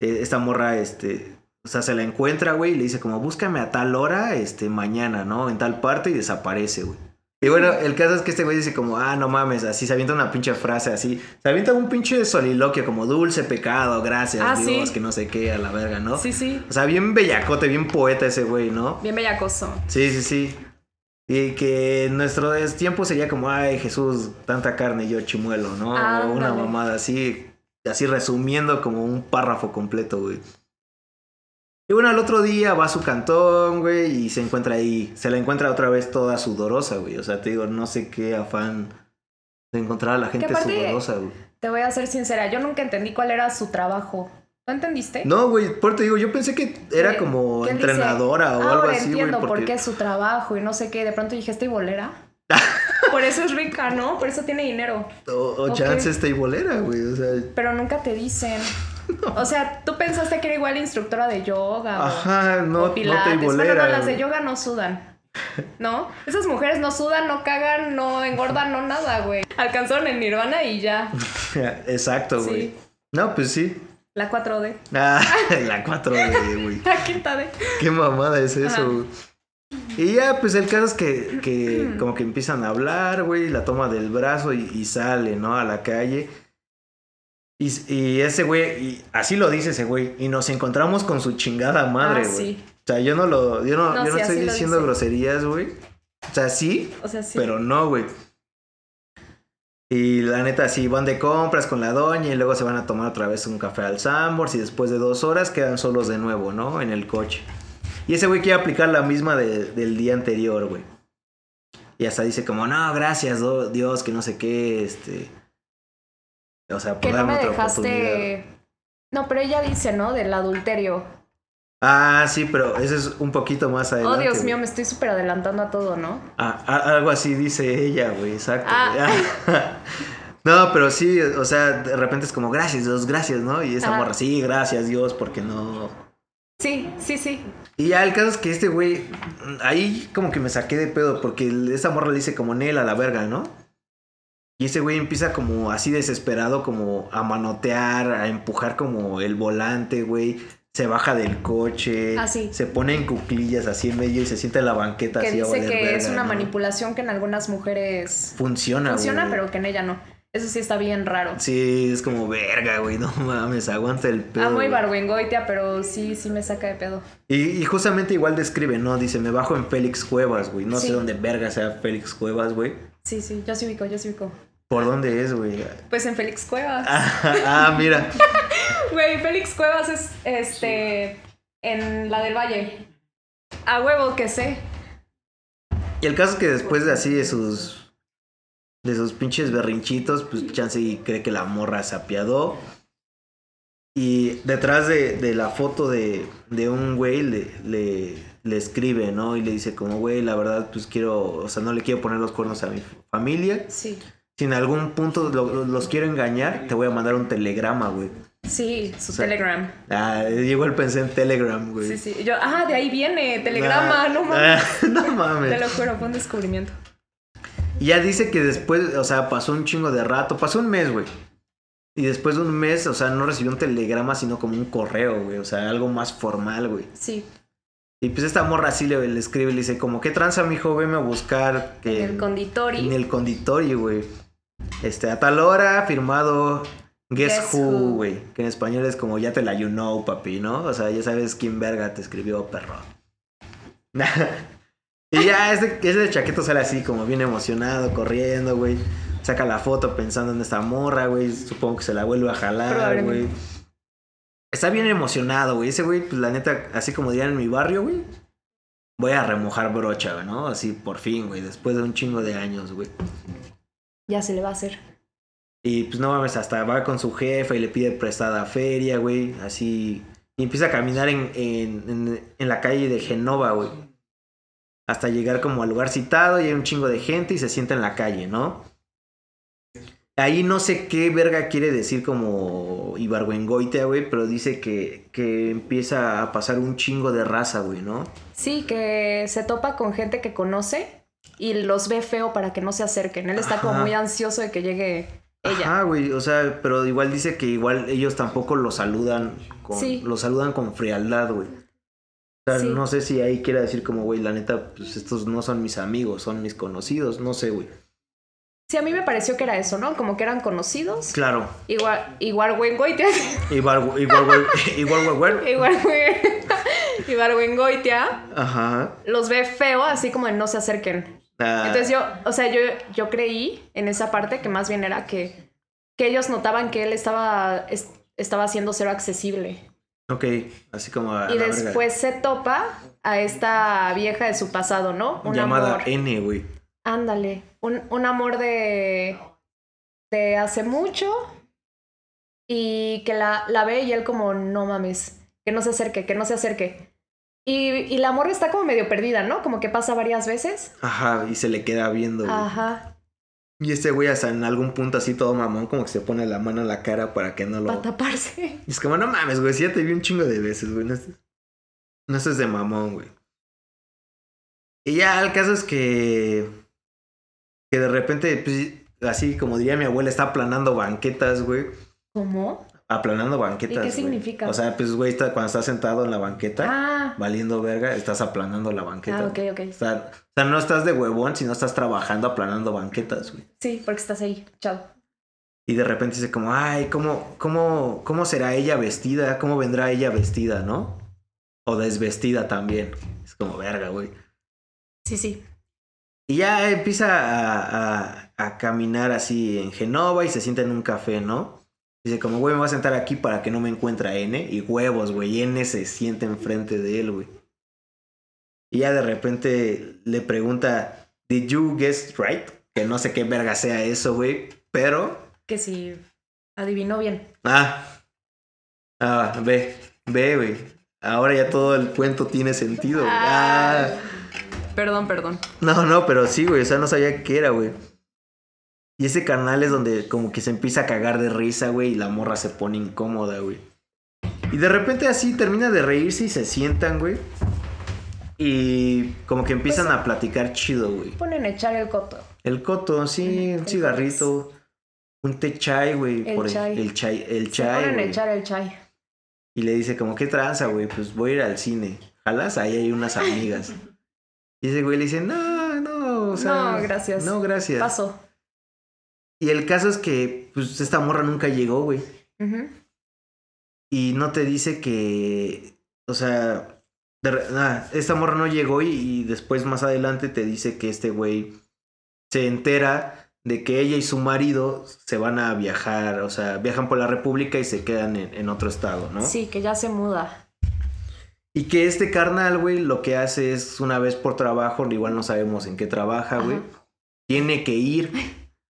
eh, esta morra, este, o sea, se la encuentra, güey, y le dice como, búscame a tal hora, este, mañana, ¿no? En tal parte y desaparece, güey. Y bueno, el caso es que este güey dice como, ah, no mames, así se avienta una pinche frase, así, se avienta un pinche soliloquio como, dulce pecado, gracias
Ah,
Dios,
sí.
que no sé qué, a la verga, ¿no?
Sí, sí.
O sea, bien bellacote, bien poeta ese güey, ¿no?
Bien bellacoso.
Sí, sí, sí. Y que en nuestro des- tiempo sería como, ay, Jesús, tanta carne y yo chimuelo, ¿no? o una
Ándale.
mamada así, así resumiendo como un párrafo completo, güey. Y bueno, al otro día va a su cantón, güey, y se encuentra ahí, se la encuentra otra vez toda sudorosa, güey. O sea, te digo, no sé qué afán de encontrar a la gente
aparte-
sudorosa, güey.
Te voy a ser sincera, yo nunca entendí cuál era su trabajo. ¿Tú entendiste?
No, güey, por te digo, yo pensé que era
eh, Que-
como
que él dice,
entrenadora o algo
Ahora
así, güey.
entiendo por
Porque...
qué es su trabajo y no sé qué. De pronto dije, ¿esta bolera? por eso es rica, ¿no? Por eso tiene dinero.
O, o
Ok.
chance esta y bolera, güey. O sea,
Pero nunca te dicen. O sea, tú pensaste que era igual instructora de yoga o-
ajá, no,
o
no te
pilates. Bueno,
bolera.
no, las de yoga no sudan. ¿No? Esas mujeres no sudan, no cagan, no engordan, no nada, güey. Alcanzaron el nirvana y ya.
Exacto, güey.
Sí.
No, pues sí.
La 4D.
Ah, la 4D, güey.
La quinta D.
Qué mamada es
Ajá.
eso. güey. Y ya, pues el caso es que, que como que empiezan a hablar, güey, la toma del brazo y, y sale, ¿no? A la calle. Y, y ese güey, y así lo dice ese güey, y nos encontramos con su chingada madre,
Ah,
güey.
sí.
O sea, yo no lo, yo no,
No,
yo no
sí,
estoy
así lo
diciendo
dice.
groserías, güey. O sea, sí,
O sea, sí.
pero no, güey. Y la neta, sí, van de compras con la doña y luego se van a tomar otra vez un café al Sambors y después de dos horas quedan solos de nuevo, ¿no? En el coche. Y ese güey quiere aplicar la misma de- del día anterior, güey. Y hasta dice como, no, gracias, do- Dios, que no sé qué, este... O sea, por
que no
darme
me
otra oportunidad.
dejaste. No, pero ella dice, ¿no? Del adulterio.
Ah, sí, pero ese es un poquito más
Oh,
adelante.
Dios
güey.
mío, me estoy súper adelantando a todo, ¿no?
Ah, a- algo así dice ella, güey, exacto.
Ah.
güey. no, pero sí, o sea, de repente es como, gracias Dios, gracias, ¿no? Y esa
Ajá.
morra, sí, gracias Dios, porque no.
Sí, sí, sí.
Y ya el caso es que este güey, mm, ahí como que me saqué de pedo, porque el- esa morra le dice como Nel a la verga, ¿no? Y ese güey empieza como así desesperado, como a manotear, a empujar como el volante, güey. Se baja del coche,
Ah, sí.
se pone en cuclillas así en medio y se sienta en la banqueta
Que
así a
dice
valer
que es
verga,
una
¿no?
manipulación que en algunas mujeres
Funciona,
funciona,
güey.
pero que en ella no. Eso sí está bien raro.
Sí, es como verga, güey, no mames, aguanta el pedo.
Amo y
güey".
barbengoitia, pero sí, sí me saca de pedo.
Y, y justamente igual describe, ¿no? Dice, me bajo en Félix Cuevas, güey. No
Sí.
sé dónde verga sea Félix Cuevas, güey.
Sí, sí, yo sí ubico, yo sí ubico.
¿Por dónde es, güey?
Pues en Félix Cuevas.
Ah, ah, mira.
Güey, Félix Cuevas es este. en la del Valle. A huevo que sé.
Y el caso es que después de así de sus. De sus pinches berrinchitos, pues Chansey cree que la morra se apiadó. Y detrás de, de la foto de, de un güey le, le, le escribe, ¿no? Y le dice como, güey, la verdad, pues quiero, o sea, no le quiero poner los cuernos a mi familia.
Sí.
Si en algún punto lo- lo- los quiero engañar, te voy a mandar un telegrama, güey.
Sí, su
O sea,
Telegram.
Ah, igual pensé en Telegram, güey.
Sí, sí. Yo, ah, de ahí viene, Telegrama,
Ah,
no mames.
ah, no mames.
Te lo juro, fue un descubrimiento.
Y ya dice que después, o sea, pasó un chingo de rato, pasó un mes, güey. Y después de un mes, o sea, no recibió un telegrama, sino como un correo, güey. O sea, algo más formal, güey.
Sí,
Y pues esta morra así le, le escribe, le dice, como, ¿qué tranza, mijo? Veme a buscar. que-
en el conditori.
Eh, En el conditori, güey. Este, a tal hora, firmado Guess,
Guess
Who,
who.
güey. Que en español es como ya te la you know, papi, ¿no? O sea, ya sabes quién verga te escribió, perro. y ya ese, ese chaqueto sale así, como bien emocionado, corriendo, güey. Saca la foto pensando en esta morra, güey. Supongo que se la vuelve a jalar,
Probablemente.
güey. Está bien emocionado, güey. Ese güey, pues la neta, así como dirían en mi barrio, güey. Voy a remojar brocha, güey, ¿no? Así por fin, güey. Después de un chingo de años, güey.
Ya se le va a hacer.
Y pues no mames, hasta va con su jefa y le pide prestada feria, güey. Así. Y empieza a caminar en, en, en- en la calle de Genova, güey. Hasta llegar como al lugar citado y hay un chingo de gente y se sienta en la calle, ¿no? Ahí no sé qué verga quiere decir como Ibargüengoitea, güey, pero dice que, que empieza a pasar un chingo de raza, güey, ¿no?
Sí, que se topa con gente que conoce y los ve feo para que no se acerquen. Él está como
Ajá.
muy ansioso de que llegue ella.
Ah, güey, o sea, pero igual dice que igual ellos tampoco lo saludan con,
Sí.
lo saludan con frialdad, güey. O sea,
Sí.
no sé si ahí quiera decir como, güey, la neta, pues estos no son mis amigos, son mis conocidos, no sé, güey.
Sí, a mí me pareció que era eso, ¿no? Como que eran conocidos.
Claro,
Igual, igual Wengoitia.
igual, igual, güey, igual, güey, güey.
Igual, igual Wengoitia
Ajá.
los ve feo, así como de no se acerquen.
Ah,
Entonces yo, o sea, yo, yo creí en esa parte que más bien era que, que ellos notaban que él estaba, es- estaba siendo cero accesible.
Ok, así como. a
Y
la verga.
después se topa a esta vieja de su pasado, ¿no? Un
Llamada
amor.
N, güey.
Ándale. Un, un amor de. de hace mucho. y que la, la ve y él como, no mames, que no se acerque, que no se acerque. Y, y la morra está como medio perdida, ¿no? Como que pasa varias veces.
Ajá, y se le queda viendo, güey.
Ajá,
Y este güey hasta en algún punto así todo mamón, como que se pone la mano en la cara para que no lo...
para taparse.
Y es como, no mames, güey, si ya te vi un chingo de veces, güey. No estés, no estés de mamón, güey. Y ya, el caso es que... Que de repente, pues, así como diría mi abuela, está aplanando banquetas, güey.
¿Cómo?
Aplanando banquetas. güey.
significa?
O sea, pues, güey, está- cuando estás sentado en la banqueta,
Ah,
valiendo verga, estás aplanando la banqueta.
ah,
güey.
ok, ok.
O sea, o sea, no estás de huevón, sino estás trabajando aplanando banquetas, güey.
Sí, porque estás ahí. Chao.
Y de repente dice como, ay, ¿cómo, cómo, cómo será ella vestida? ¿Cómo vendrá ella vestida, no? O desvestida también. Es como verga, güey.
Sí, sí.
Y ya empieza a, a- a caminar así en Genova y se sienta en un café, ¿no? Dice como, güey, me voy a sentar aquí para que no me encuentra N. Y huevos, güey, N se sienta enfrente de él, güey. Y ya de repente le pregunta, ¿Did you guess right? Que no sé qué verga sea eso, güey. Pero
Que si adivinó bien.
Ah. Ah, ve, ve, güey. Ahora ya todo el cuento tiene sentido. güey. Ah.
Perdón, perdón.
No, no, pero sí, güey. O sea, no sabía qué era, güey. Y ese canal es donde como que se empieza a cagar de risa, güey, y la morra se pone incómoda, güey. Y de repente así termina de reírse y se sientan, güey. Y como que empiezan
Pues
a platicar chido, güey.
Ponen a echar el coto.
El coto, sí,
El-
un
el-
cigarrito, un té chai, güey.
El
por el-
chai.
El chai, el
Se
chai,
ponen a
güey.
echar el chai.
Y le dice como, ¿qué tranza, güey? Pues voy a ir al cine. Jalas, ahí hay unas amigas. Y ese güey le dice, no, no, o sea.
No, gracias.
No, gracias.
Paso.
Y el caso es que, pues, esta morra nunca llegó, güey.
Ujú.
Y no te dice que, o sea, de re- ah, esta morra no llegó y, y después más adelante te dice que este güey se entera de que ella y su marido se van a viajar, o sea, viajan por la República y se quedan en, en otro estado, ¿no?
Sí, que ya se muda.
Y que este carnal, güey, lo que hace es una vez por trabajo, igual no sabemos en qué trabaja,
Ajá.
güey. Tiene que ir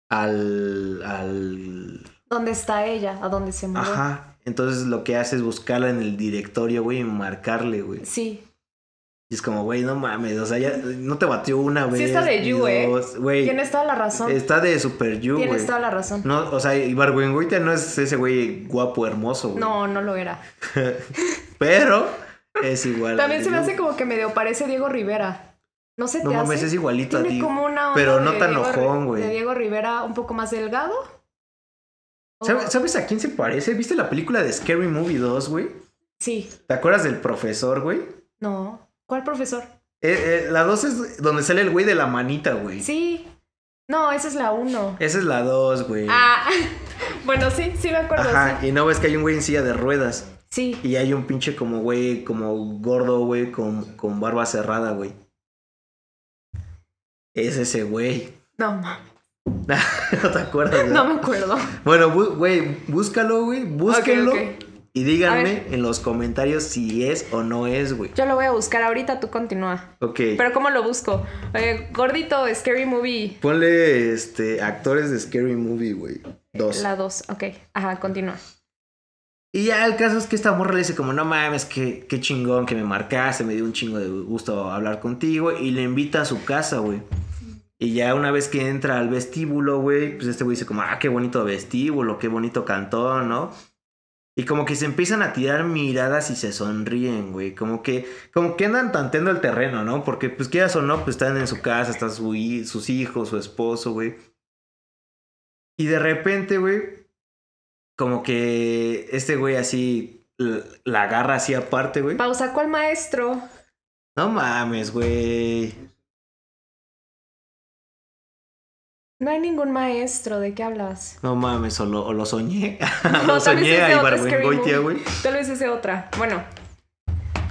al. al.
¿Dónde está ella? ¿A dónde se mudó?
Ajá. Entonces lo que hace es buscarla en el directorio, güey, y marcarle, güey.
Sí.
Y es como, güey, no mames, o sea, ya no te batió una vez.
Sí está de you,
ni
eh.
dos, Güey,
Tienes toda la razón.
está de super you,
Tienes
güey.
toda la razón.
No, o sea, Ibargüengoitia no es ese güey guapo, hermoso, güey.
No, no lo era.
Pero es igual.
También
al
se me
you.
hace como que medio parece Diego Rivera. No sé,
No
te
mames,
hace.
es igualito a
Tiene
ti.
como una onda
pero no
de
tan
Diego Ri-
ojón, güey.
De Diego Rivera un poco más delgado. O-
¿Sabe- ¿Sabes a quién se parece? ¿Viste la película de Scary Movie 2, güey?
Sí.
¿Te acuerdas del profesor, güey?
No. ¿Cuál profesor?
Eh, eh, la 2 es donde sale el güey de la manita, güey.
Sí. No, esa es la uno.
Esa es la 2, güey.
Ah, bueno, sí, sí me acuerdo.
Eh. Ajá,
sí.
y no ves que hay un güey en silla de ruedas.
Sí.
Y hay un pinche como güey, como gordo, güey, con, con barba cerrada, güey. Es ese güey.
No, ma-
¿No te acuerdas?
no
No.
me acuerdo.
Bueno, bu- güey, búscalo, güey. Búsquenlo.
Ok,
Y díganme en los comentarios si es o no es, güey.
Yo lo voy a buscar ahorita, tú continúa.
Ok.
Pero ¿cómo lo busco? Eh, gordito, Scary Movie,
Ponle este actores de Scary Movie, güey. Dos.
la 2. Ok, ajá, continúa.
Y ya el caso es que esta morra le dice como, no mames, qué, qué chingón que me marcaste, me dio un chingo de gusto hablar contigo. Y le invita a su casa, güey. Y ya una vez que entra al vestíbulo, güey, pues este güey dice como, ah, qué bonito vestíbulo, qué bonito cantón, ¿no? Y como que se empiezan a tirar miradas y se sonríen, güey. Como que, como que andan tanteando el terreno, ¿no? Porque pues quieras o no, pues están en su casa, están su hi- sus hijos, su esposo, güey. Y de repente, güey, como que este güey así l- la agarra así aparte, güey.
Pausa, ¿cuál maestro?
No mames, güey.
No hay ningún maestro, ¿de qué hablas?
No mames, o lo, o lo soñé.
No,
lo
tal vez
soñé
es
a
de otro Scary
Ibargüengoitia,
Movie.
güey.
Tal vez ese otra. Bueno.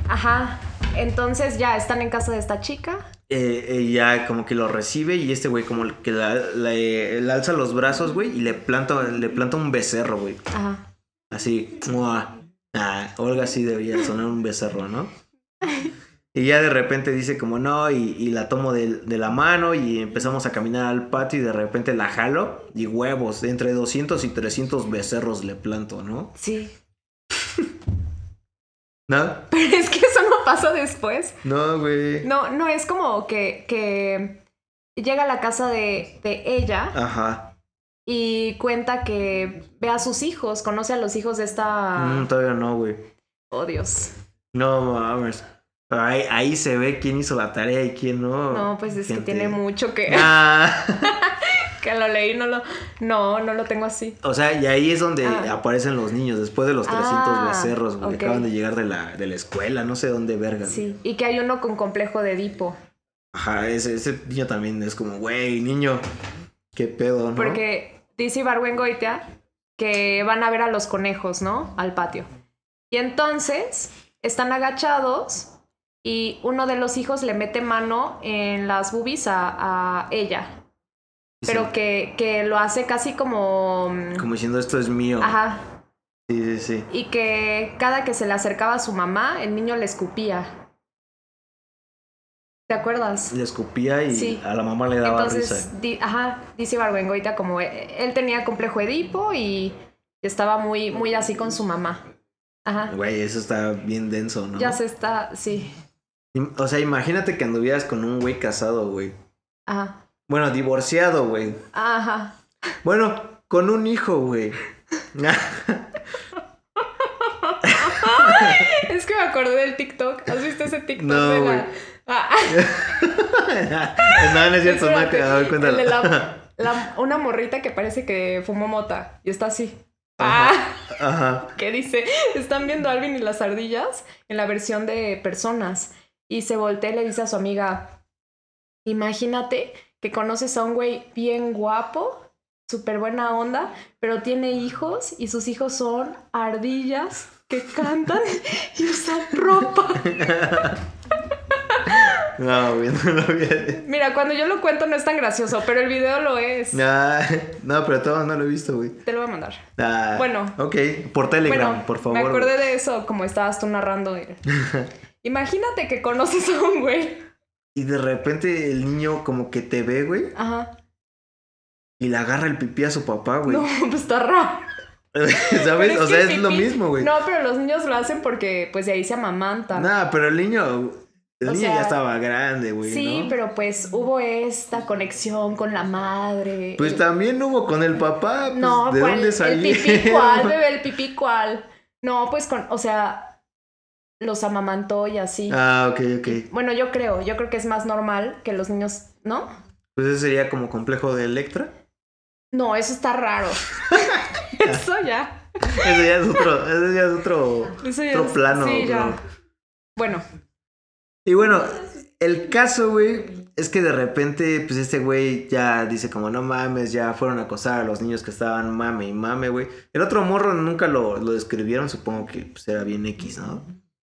Ajá. Entonces ya están en casa de esta chica.
Eh, eh, ya como que lo recibe y este güey como que la, la- eh, le alza los brazos, güey, y le planta, le planta un becerro, güey.
Ajá.
Así, ¡mua! Ah, Olga sí debía sonar un becerro, ¿no? Y ya de repente dice como no, y, y la tomo del- de, la mano y empezamos a caminar al patio y de repente la jalo y huevos, entre 200 y 300 becerros le planto, ¿no?
Sí.
No,
Pero es que eso no pasó después.
no, güey.
No, no, es como que, que llega a la casa de, de ella
Ah. Ajá.
y cuenta que ve a sus hijos, conoce a los hijos de esta...
Mm, todavía no, güey.
Oh, Dios.
No mames. Ahí, ahí se ve quién hizo la tarea y quién no.
No, pues es que
Gente.
tiene mucho que,
Ah,
que lo leí, no lo... No, no lo tengo así.
o sea, y ahí es donde
Ah.
aparecen los niños, después de los 300
Ah,
becerros, güey.
ok.
Acaban de llegar de la, de la escuela, no sé dónde verga. güey.
Sí. Y que hay uno con complejo de Edipo.
Ajá, ese, ese niño también es como, güey, niño, qué pedo, ¿no?
Porque dice Ibargüengoitia que van a ver a los conejos, ¿no? Al patio. Y entonces están agachados y uno de los hijos le mete mano en las boobies a, a ella.
Y se-
Pero que, que lo hace casi como... mm,
Como diciendo, esto es mío.
Ajá.
Sí, sí, sí.
Y que cada que se le acercaba a su mamá, el niño le escupía. ¿Te acuerdas?
Le escupía y
Sí.
a la mamá le daba risa.
Entonces, di- ajá, dice Ibargüengoitia como eh, él tenía complejo Edipo y estaba muy, muy así con su mamá. Ajá.
Güey, eso está bien denso, ¿no?
Ya se está, sí.
Im- O sea, imagínate que anduvieras con un güey casado, güey.
Ajá.
Bueno, divorciado, güey.
Ajá.
Bueno, con un hijo, güey.
Es que me acordé del TikTok. ¿Has visto ese TikTok
No,
de
güey.
la. Ah,
no, no es cierto, no,
espérate.
a ver, cuéntalo.
El de la- la- una morrita que parece que fumó mota y está así.
Ajá.
Ah.
Ajá.
que dice, están viendo a Alvin y las ardillas en la versión de personas. Y se voltea y le dice a su amiga, imagínate que conoces a un güey bien guapo, súper buena onda, pero tiene hijos y sus hijos son ardillas que cantan y usan ropa.
No, güey, no lo vi.
Mira, cuando yo lo cuento no es tan gracioso, pero el video lo es.
Nah, no, pero todo no lo he visto, güey.
Te lo voy a mandar.
Ah,
Bueno.
Ok, por Telegram,
Bueno,
por favor.
me
güey.
acordé de eso como estabas tú narrando. Imagínate que conoces a un güey.
Y de repente el niño como que te ve, güey,
Ajá.
y le agarra el pipí a su papá, güey.
No, pues está raro.
¿Sabes?
Pero
o
que
sea,
el
es lo
pipí-
mismo, güey.
No, pero los niños lo hacen porque pues de ahí se amamantan.
Nah, pero el niño, el
O
niño
sea,
ya estaba grande, güey.
sí,
¿no?
pero pues hubo esta conexión con la madre.
Pues también hubo con el papá. pues,
no,
¿de
¿cuál?
dónde
el
salió?
pipí cuál, bebé, el pipí cuál. No, pues con, o sea, los amamantó y así.
Ah, ok, ok.
Bueno, yo creo, yo creo que es más normal que los niños, ¿no?
Pues eso sería como complejo de Electra.
No, eso está raro. eso ya.
Eso ya es otro, eso ya es otro,
Eso ya
otro
es-
plano.
sí, ya.
bro.
Bueno,
Y bueno, el caso, güey, es que de repente, pues este güey ya dice como, no mames, ya fueron a acosar a los niños que estaban mame y mame, güey. El otro morro nunca lo, lo describieron, supongo que pues, era bien X, ¿no?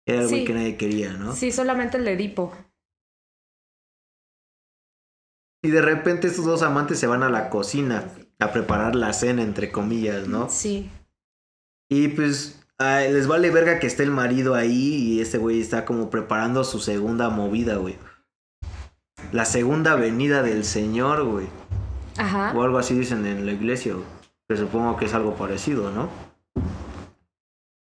Era el güey
Sí.
que nadie quería, ¿no?
sí, solamente el de Edipo.
Y de repente estos dos amantes se van a la cocina a preparar la cena, entre comillas, ¿no?
Sí.
Y pues ah, les vale verga que esté el marido ahí y este güey está como preparando su segunda movida, güey. La segunda venida del Señor, güey.
Ajá.
O algo así dicen en la iglesia, güey. que supongo que es algo parecido, ¿no?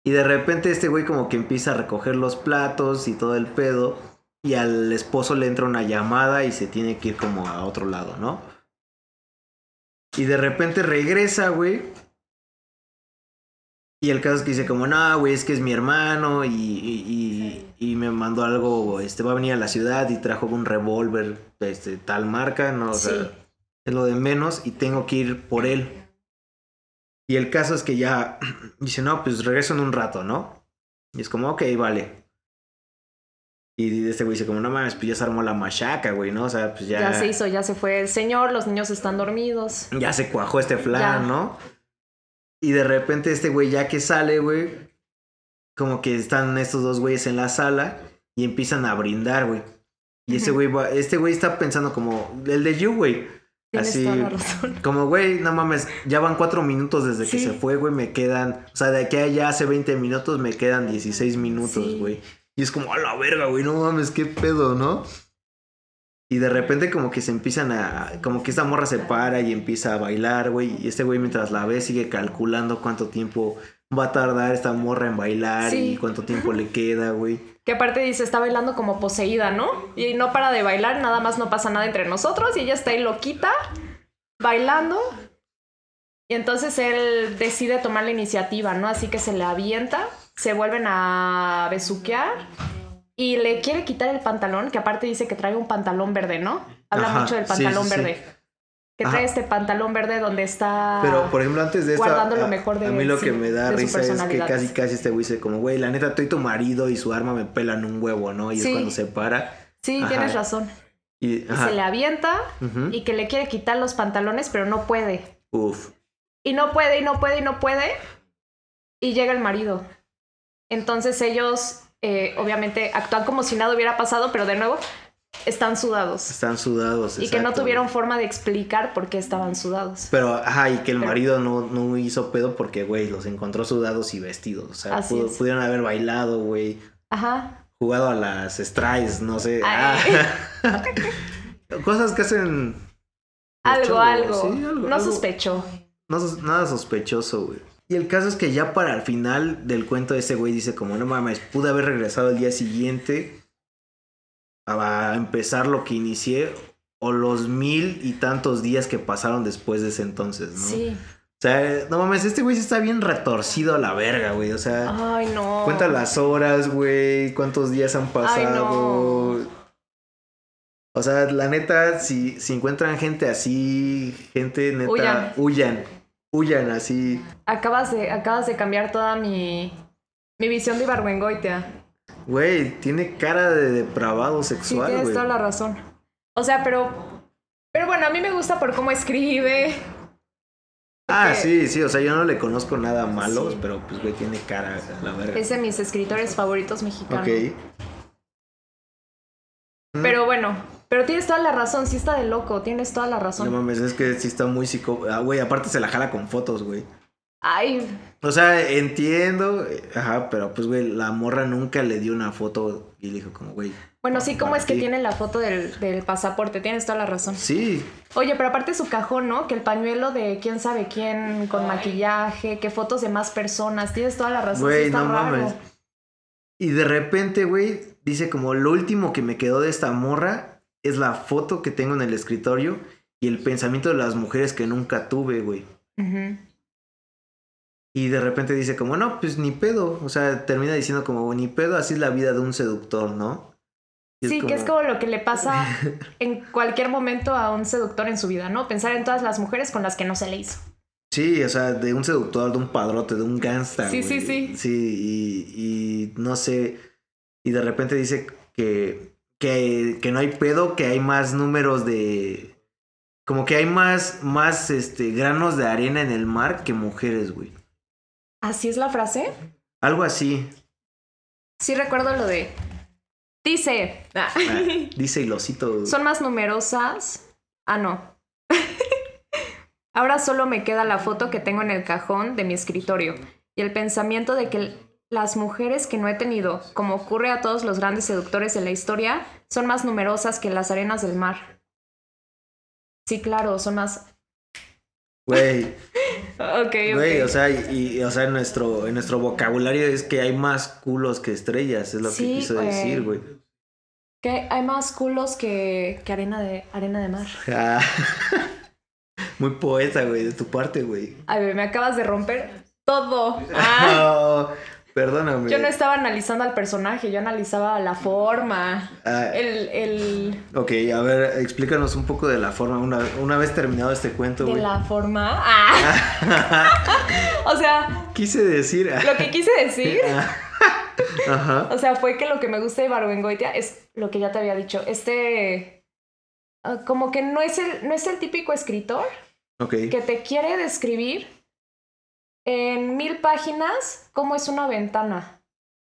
Y de repente este güey como que empieza a recoger los platos y todo el pedo. Y al esposo le entra una llamada y se tiene que ir como a otro lado, ¿no? Y de repente regresa, güey. Y el caso es que dice como, no, güey, es que es mi hermano y, y- y- y me mandó algo, este, va a venir a la ciudad y trajo un revólver, este, tal marca, ¿no? O sea,
Sí.
es lo de menos y tengo que ir por él. Y el caso es que ya dice, no, pues regreso en un rato, ¿no? Y es como, ok, vale. Y este güey dice como, no mames, pues ya se armó la machaca, güey, ¿no? O sea, pues ya...
Ya se hizo, ya se fue el señor, los niños están dormidos.
ya se cuajó este flan,
Ya.
¿no? Y de repente este güey ya que sale, güey, como que están estos dos güeyes en la sala y empiezan a brindar, güey. Y ese
Ujú.
güey va, este güey está pensando como el de You, güey.
Tienes
Así,
toda la razón.
como güey, no mames, ya van cuatro minutos desde que
Sí.
se fue, güey, me quedan, o sea, de aquí a allá hace 20 minutos me quedan 16 minutos,
Sí.
güey. Y es como, a la verga, güey, no mames, qué pedo, ¿no? Y de repente como que se empiezan a... Como que esta morra se para y empieza a bailar, güey. Y este güey mientras la ve sigue calculando cuánto tiempo va a tardar esta morra en bailar
Sí.
y cuánto tiempo le queda, güey.
Que aparte dice, está bailando como poseída, ¿no? Y no para de bailar, nada más no pasa nada entre nosotros y ella está ahí loquita, bailando. Y entonces él decide tomar la iniciativa, ¿no? Así que se le avienta, se vuelven a besuquear y le quiere quitar el pantalón, que aparte dice que trae un pantalón verde, ¿no? Habla
Ajá,
mucho del
sí,
pantalón
sí, sí.
verde. Que
Ajá.
trae este pantalón verde donde está...
Pero, por ejemplo, antes de esto,
Ah, guardando lo
a-
mejor de
a mí lo
sí,
que me da
de su
risa es que
personalidad.
casi, casi este güey dice como, güey, la neta, tú y tu marido y su arma me pelan un huevo, ¿no? Y
Sí.
es cuando se para.
Sí,
Ajá.
tienes razón.
Y,
Y
ajá,
se le avienta
ujú.
y que le quiere quitar los pantalones, pero no puede.
Uf.
Y no puede, y no puede, y no puede. Y llega el marido. Entonces ellos, eh, obviamente, actúan como si nada hubiera pasado, pero de nuevo, están sudados.
Están sudados.
y que no
exacto,
tuvieron
güey.
forma de explicar por qué estaban sudados.
Pero, ajá, y que el
Pero-
marido no, no hizo pedo porque, güey, los encontró sudados y vestidos. O sea,
Así
pudo-
es.
pudieron haber bailado, güey.
Ajá.
Jugado a las strikes, no sé.
Ay.
Ah. Cosas que hacen... los
Algo,
chavos,
algo.
sí, algo,
No
algo.
sospechó.
No sos- nada sospechoso, güey. Y el caso es que ya para el final del cuento ese güey dice como, no mames, pude haber regresado al día siguiente a a empezar lo que inicié o los mil y tantos días que pasaron después de ese entonces, ¿no?
Sí.
O sea, no mames, este güey sí está bien retorcido a la verga, güey. O sea,
Ay, no.
cuenta las horas, güey, cuántos días han pasado.
no.
O sea, la neta, si, si encuentran gente así, gente neta,
Huyan.
huyan. Huyan, así.
Acabas de, acabas de cambiar toda mi, mi visión de Ibargüengoitia.
Güey, tiene cara de depravado
Sí,
sexual,
tienes
güey.
toda la razón. O sea, pero. Pero bueno, a mí me gusta por cómo escribe.
Ah,
porque-
sí, sí, o sea, yo no le conozco nada malo,
Sí.
pero pues, güey, tiene cara a la verga.
Es de mis escritores favoritos mexicanos.
Ok.
Pero bueno, pero tienes toda la razón, sí está de loco, tienes toda la
No
razón.
mames, es que sí está muy psico... Ah, güey, aparte se la jala con fotos, güey.
Ay,
O sea, entiendo, eh, ajá, pero pues, güey, la morra nunca le dio una foto y le dijo como, güey,
bueno, sí, como
Para
es que
ti.
tiene la foto del, del pasaporte, tienes toda la razón.
sí,
Oye, pero aparte su cajón, ¿no? Que el pañuelo de quién sabe quién, con maquillaje, que fotos de más personas, tienes toda la razón. sí
güey,
está
no
raro.
mames. Y de repente, güey, dice como, lo último que me quedó de esta morra es la foto que tengo en el escritorio y el pensamiento de las mujeres que nunca tuve, güey.
Ujú.
Y de repente dice como, no, pues ni pedo. O sea, termina diciendo como, ni pedo, así es la vida de un seductor, ¿no? Y
Sí, que es como lo que le pasa en cualquier momento a un seductor en su vida, ¿no? Pensar en todas las mujeres con las que no se le hizo.
Sí, o sea, de un seductor, de un padrote, de un gangsta.
Sí, sí, sí.
Sí, y, y no sé. Y de repente dice que, que, que no hay pedo, que hay más números de. Como que hay más, más este, granos de arena en el mar que mujeres, güey.
¿Así es la frase?
Algo así.
Sí recuerdo lo de... Dice... Ah.
Ah, dice Hilosito.
Son más numerosas. Ah, no. Ahora solo me queda la foto que tengo en el cajón de mi escritorio y el pensamiento de que l- las mujeres que no he tenido, como ocurre a todos los grandes seductores de la historia, son más numerosas que las arenas del mar. Sí, claro, son más...
Güey.
Ok, ok.
Güey, o sea, y, y, o sea, en nuestro, en nuestro vocabulario es que hay más culos que estrellas, es lo
Sí,
que quiso
güey.
decir, güey.
Que hay más culos que, que arena, de, arena de mar.
Ah. Muy poeta, güey, de tu parte, güey.
Ay, güey, me acabas de romper todo. Ah.
Oh, perdóname.
Yo no estaba analizando al personaje, yo analizaba la forma,
Ah,
el, el
ok, a ver, explícanos un poco de la forma, una, una vez terminado este cuento,
de
güey.
la forma. Ah. o sea,
Quise decir... ah,
lo que quise decir,
Ajá.
o sea, fue que lo que me gusta de Barbengoitia es lo que ya te había dicho. Este ah, como que no es el no es el típico escritor
Ok.
que te quiere describir en mil páginas cómo es una ventana.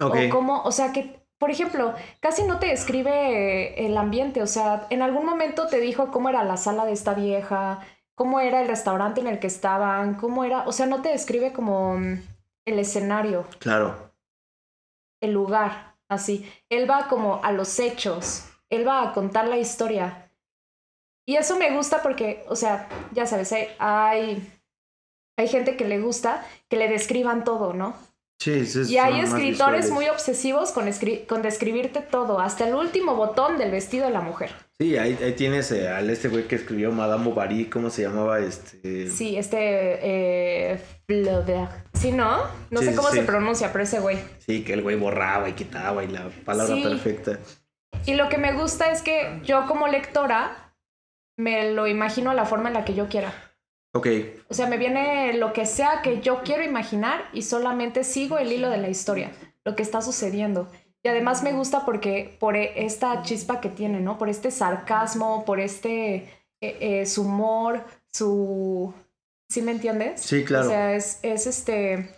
Ok.
O cómo, o sea, que, por ejemplo, casi no te describe eh, el ambiente, o sea, en algún momento te dijo cómo era la sala de esta vieja, cómo era el restaurante en el que estaban, cómo era, o sea, no te describe como mm, el escenario,
Claro.
el lugar. así. Él va como a los hechos, él va a contar la historia. Y eso me gusta porque, o sea, ya sabes, hay, hay, hay gente que le gusta que le describan todo, ¿no?
Sí, sí,
Y hay
son más
escritores
visuales.
muy obsesivos con, escri- con describirte todo, hasta el último botón del vestido de la mujer.
Sí, ahí, ahí tienes eh, al este güey que escribió Madame Bovary, ¿cómo se llamaba? Este.
Sí, este eh, Flaubert. Sí, ¿no? No
Sí,
sé
sí,
cómo
sí.
se pronuncia, pero ese güey.
Sí, que el güey borraba y quitaba y la palabra
Sí.
perfecta.
Y lo que me gusta es que yo como lectora me lo imagino la forma en la que yo quiera.
Ok,
O sea, me viene lo que sea que yo quiero imaginar y solamente sigo el hilo de la historia, lo que está sucediendo. Y además me gusta porque por e- esta chispa que tiene, ¿no? Por este sarcasmo, por este eh, eh, su humor, su... ¿Sí me entiendes?
Sí, claro.
O sea, es, es este...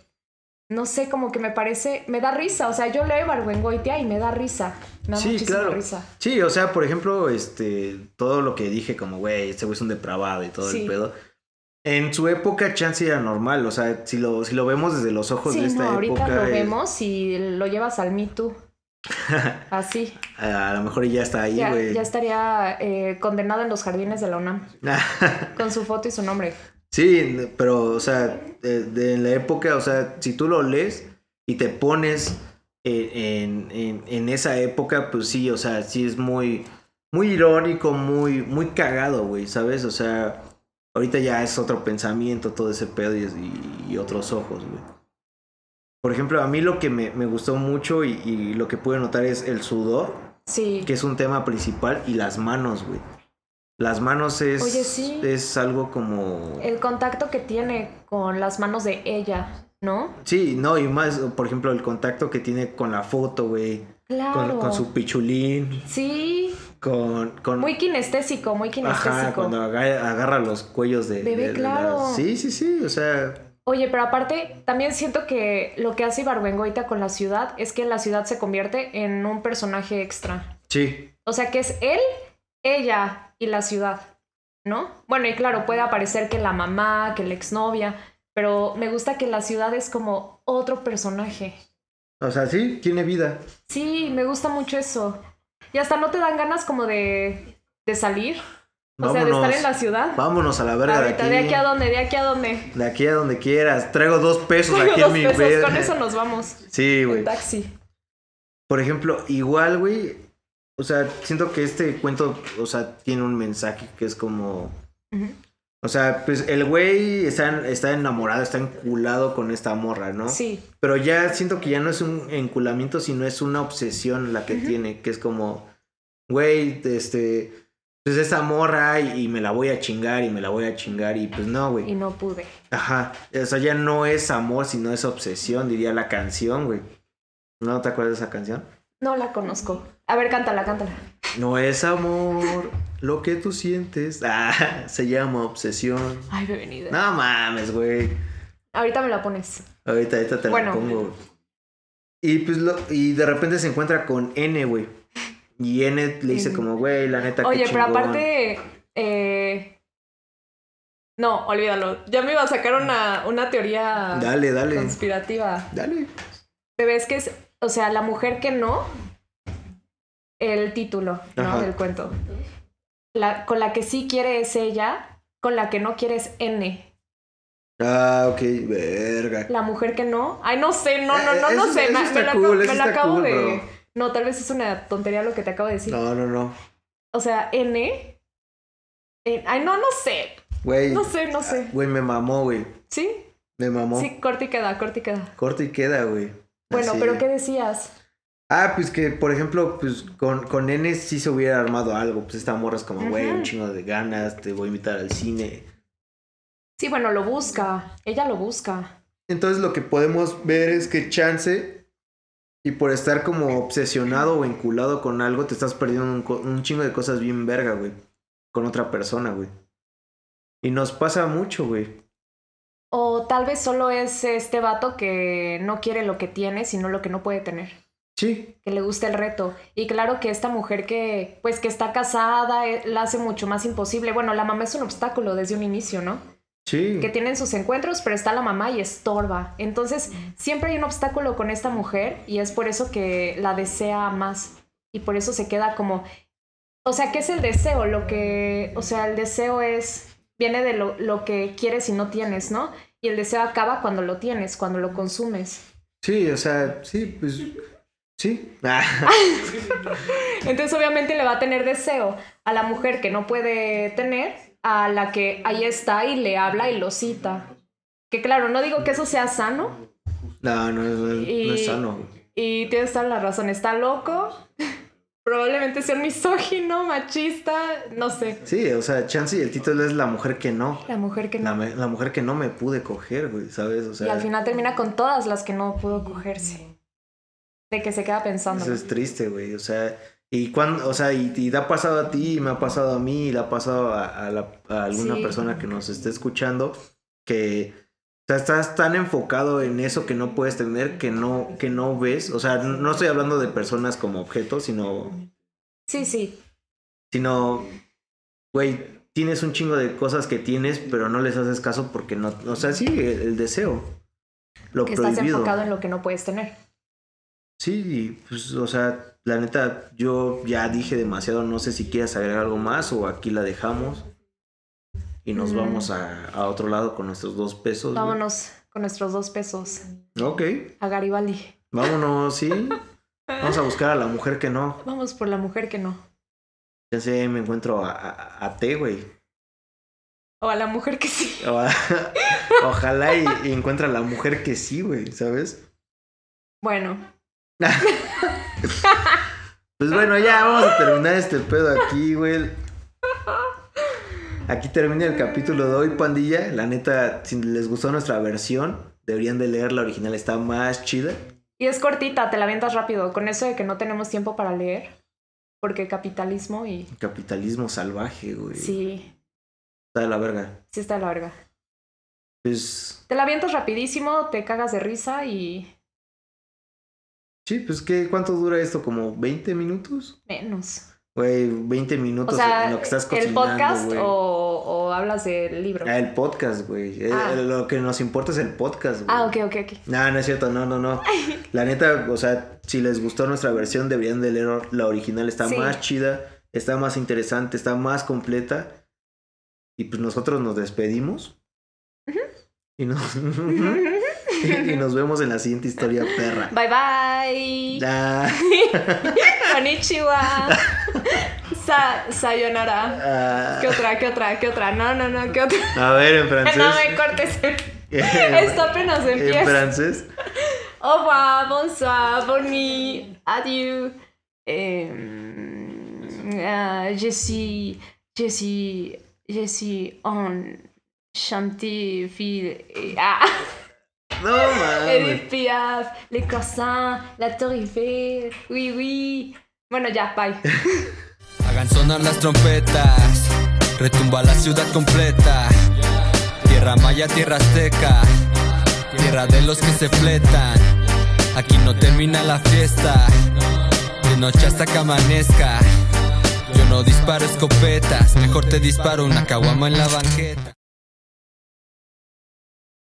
No sé, como que me parece... Me da risa. O sea, yo leo Ibargüengoitia y me da risa. Me da
Sí,
muchísima
claro.
risa.
Sí, o sea, por ejemplo, este, todo lo que dije como, güey, este güey es un depravado y todo
Sí.
el pedo. En su época, Chance era normal, o sea, si lo, si lo vemos desde los ojos
Sí,
de esta
no, ahorita
época, eh,
lo
es-
vemos y lo llevas al Me Too. Así.
a, a lo mejor ya está ahí,
Ya,
güey.
ya estaría eh, condenado en los jardines de la UNAM con su foto y su nombre.
sí, pero, o sea, de- de- en la época, o sea, si tú lo lees y te pones en, en- en- en esa época, pues sí, o sea, sí es muy, muy irónico, muy, muy cagado, güey, ¿sabes? O sea, ahorita ya es otro pensamiento, todo ese pedo y, es- y- y otros ojos, güey. Por ejemplo, a mí lo que me, me gustó mucho y, y lo que pude notar es el sudor,
Sí.
que es un tema principal, y las manos, güey. Las manos es,
Oye, sí.
es algo como...
El contacto que tiene con las manos de ella, ¿no?
Sí, no, y más, por ejemplo, el contacto que tiene con la foto, güey. Con,
Claro.
con su pichulín,
Sí,
con... con
muy kinestésico, muy kinestésico.
Ajá, cuando agarra, agarra los cuellos de...
Bebé,
de- de
claro.
las- Sí, sí, sí, o sea...
Oye, pero aparte, también siento que lo que hace Ibargüengoita con la ciudad es que la ciudad se convierte en un personaje extra.
Sí,
O sea, que es él, ella y la ciudad, ¿no? Bueno, y claro, puede aparecer que la mamá, que la exnovia, pero me gusta que la ciudad es como otro personaje.
o sea, sí, tiene vida.
Sí, me gusta mucho eso. Y hasta no te dan ganas como de, de salir, o sea, de estar en la ciudad.
Vámonos a la verga
Ahorita,
de
de
aquí.
aquí a dónde, de aquí a dónde.
De aquí a donde quieras. Traigo dos pesos
Traigo
aquí
dos
en mi
pesos,
verga.
con eso nos vamos.
Sí,
En
güey.
taxi.
Por ejemplo, igual, güey. O sea, siento que este cuento, o sea, tiene un mensaje que es como.
Ujú.
O sea, pues el güey está, está enamorado, está enculado con esta morra, ¿no?
Sí,
Pero ya siento que ya no es un enculamiento, sino es una obsesión la que tiene, que es como, güey, este, pues esta morra y, y me la voy a chingar y me la voy a chingar y pues no,
y
güey.
no pude.
Ajá, o sea, ya no es amor, sino es obsesión, diría la canción, güey. ¿No te acuerdas de esa canción?
No la conozco. A ver, cántala, cántala.
No es amor lo que tú sientes. Ah, se llama obsesión.
Ay, bienvenida.
No mames, güey.
Ahorita me la pones.
Ahorita, ahorita te
Bueno.
la pongo. güey. Y pues lo- y de repente se encuentra con N, güey. Y N le dice
Ujú.
como, güey, la neta
Oye,
qué
pero
chingón".
aparte. eh, No, olvídalo. Ya me iba a sacar una, una teoría
Dale, dale.
conspirativa.
Dale.
Te ves que es. O sea, la mujer que no. El título ¿no?
Ajá.
del cuento. La, con la que sí quiere es ella. Con la que no quiere es N.
Ah, ok, verga.
La mujer que no. Ay, no sé, no, no,
Eh,
no, no
eso-
sé.
eso
Me,
está
me lo
cool,
acabo- me
eso
lo
está
acabo
cool,
de.
bro.
No, tal vez es una tontería lo que te acabo de decir.
No, no, no.
O sea, N. eh, Ay, no, no sé.
Güey. ah,
No sé, no sé.
Güey, me mamó, güey.
¿Sí?
Me mamó.
Sí, corta y queda, corta y queda.
Corto y queda, güey.
Bueno,
Así.
pero ¿qué decías?
Ah, pues que, por ejemplo, pues con, con N sí se hubiera armado algo. Pues esta morra es como, güey,
Ajá.
un chingo de ganas, te voy a invitar al cine.
Sí, bueno, lo busca. Ella lo busca.
Entonces lo que podemos ver es que chance y por estar como obsesionado o enculado con algo, te estás perdiendo un, co- un chingo de cosas bien verga, güey. Con otra persona, güey. Y nos pasa mucho, güey.
O tal vez solo es este vato que no quiere lo que tiene, sino lo que no puede tener.
Sí.
Que le gusta el reto. Y claro que esta mujer que, pues, que está casada, eh, la hace mucho más imposible. Bueno, la mamá es un obstáculo desde un inicio, ¿no?
Sí.
que tienen sus encuentros, pero está la mamá y estorba. Entonces, siempre hay un obstáculo con esta mujer y es por eso que la desea más y por eso se queda como o sea, ¿qué es el deseo? Lo que, o sea, el deseo es viene de lo, lo que quieres y no tienes, ¿no? Y el deseo acaba cuando lo tienes, cuando lo consumes.
Sí, o sea, sí, pues. Sí.
Entonces, obviamente le va a tener deseo a la mujer que no puede tener, a la que ahí está y le habla y lo cita. Que claro, no digo que eso sea sano,
No, no, es- no es- no
Y-
es sano.
Y tienes toda la razón, está loco. Probablemente sea un misógino, machista, no sé.
Sí, o sea, Chance y el título es La mujer que no.
La mujer que
La,
no.
me- la mujer que no me pude coger, güey, ¿sabes? O sea,
Y al final termina con todas las que no pudo cogerse. De que se queda pensando.
eso es triste, güey. O sea, y cuando, o sea, y, y te ha pasado a ti, y me ha pasado a mí, y le ha pasado a, a la- a alguna
Sí.
persona que nos esté escuchando, que o sea, estás tan enfocado en eso que no puedes tener, que no, que no ves. O sea, no estoy hablando de personas como objetos, sino
Sí, sí.
sino, güey, tienes un chingo de cosas que tienes, pero no les haces caso porque no, o sea, sí, el, el deseo, lo
Que estás
prohibido.
enfocado en lo que no puedes tener.
Sí, y, pues, o sea, la neta, yo ya dije demasiado, no sé si quieres agregar algo más o aquí la dejamos y nos
Mm.
vamos a, a otro lado con nuestros dos pesos. güey.
Vámonos con nuestros dos pesos
Ok,
a Garibaldi.
vámonos, sí. Vamos a buscar a la mujer que no.
Vamos por la mujer que no.
Ya sé, me encuentro a, a, a T, güey.
O a la mujer que sí.
O- Ojalá y, y encuentre a la mujer que sí, güey, ¿sabes?
Bueno,
Pues bueno, ya vamos a terminar este pedo aquí, güey. Aquí termina el capítulo de hoy, pandilla. La neta, si les gustó nuestra versión, deberían de leer la original, está más chida.
Y es cortita, te la avientas rápido. Con eso de que no tenemos tiempo para leer. Porque capitalismo y.
Capitalismo salvaje, güey.
Sí,
Está de la verga.
sí está de la verga.
Pues,
Te la avientas rapidísimo, te cagas de risa y
sí, pues, ¿qué? ¿Cuánto dura esto? ¿Como 20 minutos?
menos.
Güey, 20 minutos
o sea,
en lo que estás
el
cocinando,
podcast
güey.
o, o hablas del libro.
Ah, el podcast, güey. Eh,
Ah.
Lo que nos importa es el podcast, güey.
Ah, ok, ok, ok.
No, no es cierto, no, no, no. La neta, o sea, si les gustó nuestra versión, deberían de leer la original. Está
Sí.
más chida, está más interesante, está más completa. Y pues nosotros nos despedimos. Y nos, y nos vemos en la siguiente historia, perra.
bye bye.
Ah,
Konnichiwa. Sa- sayonara.
ah.
¿Qué otra? ¿Qué otra? ¿Qué otra? No, no, no, ¿qué otra?
a ver, en francés.
No me cortes. Esto apenas
en
empieza.
francés.
Au revoir, bonsoir, boni, adieu. Euh, euh, je suis, je suis, je suis en chantiville. Ah,
No mames.
Edith Piaf, les croissants, la Torre Eiffel, oui, oui. Bueno, ya, bye.
Hagan sonar las trompetas, retumba la ciudad completa. Tierra maya, tierra azteca, tierra de los que se fletan. Aquí no termina la fiesta, de noche hasta que amanezca. Yo no disparo escopetas, mejor te disparo una caguama en la banqueta.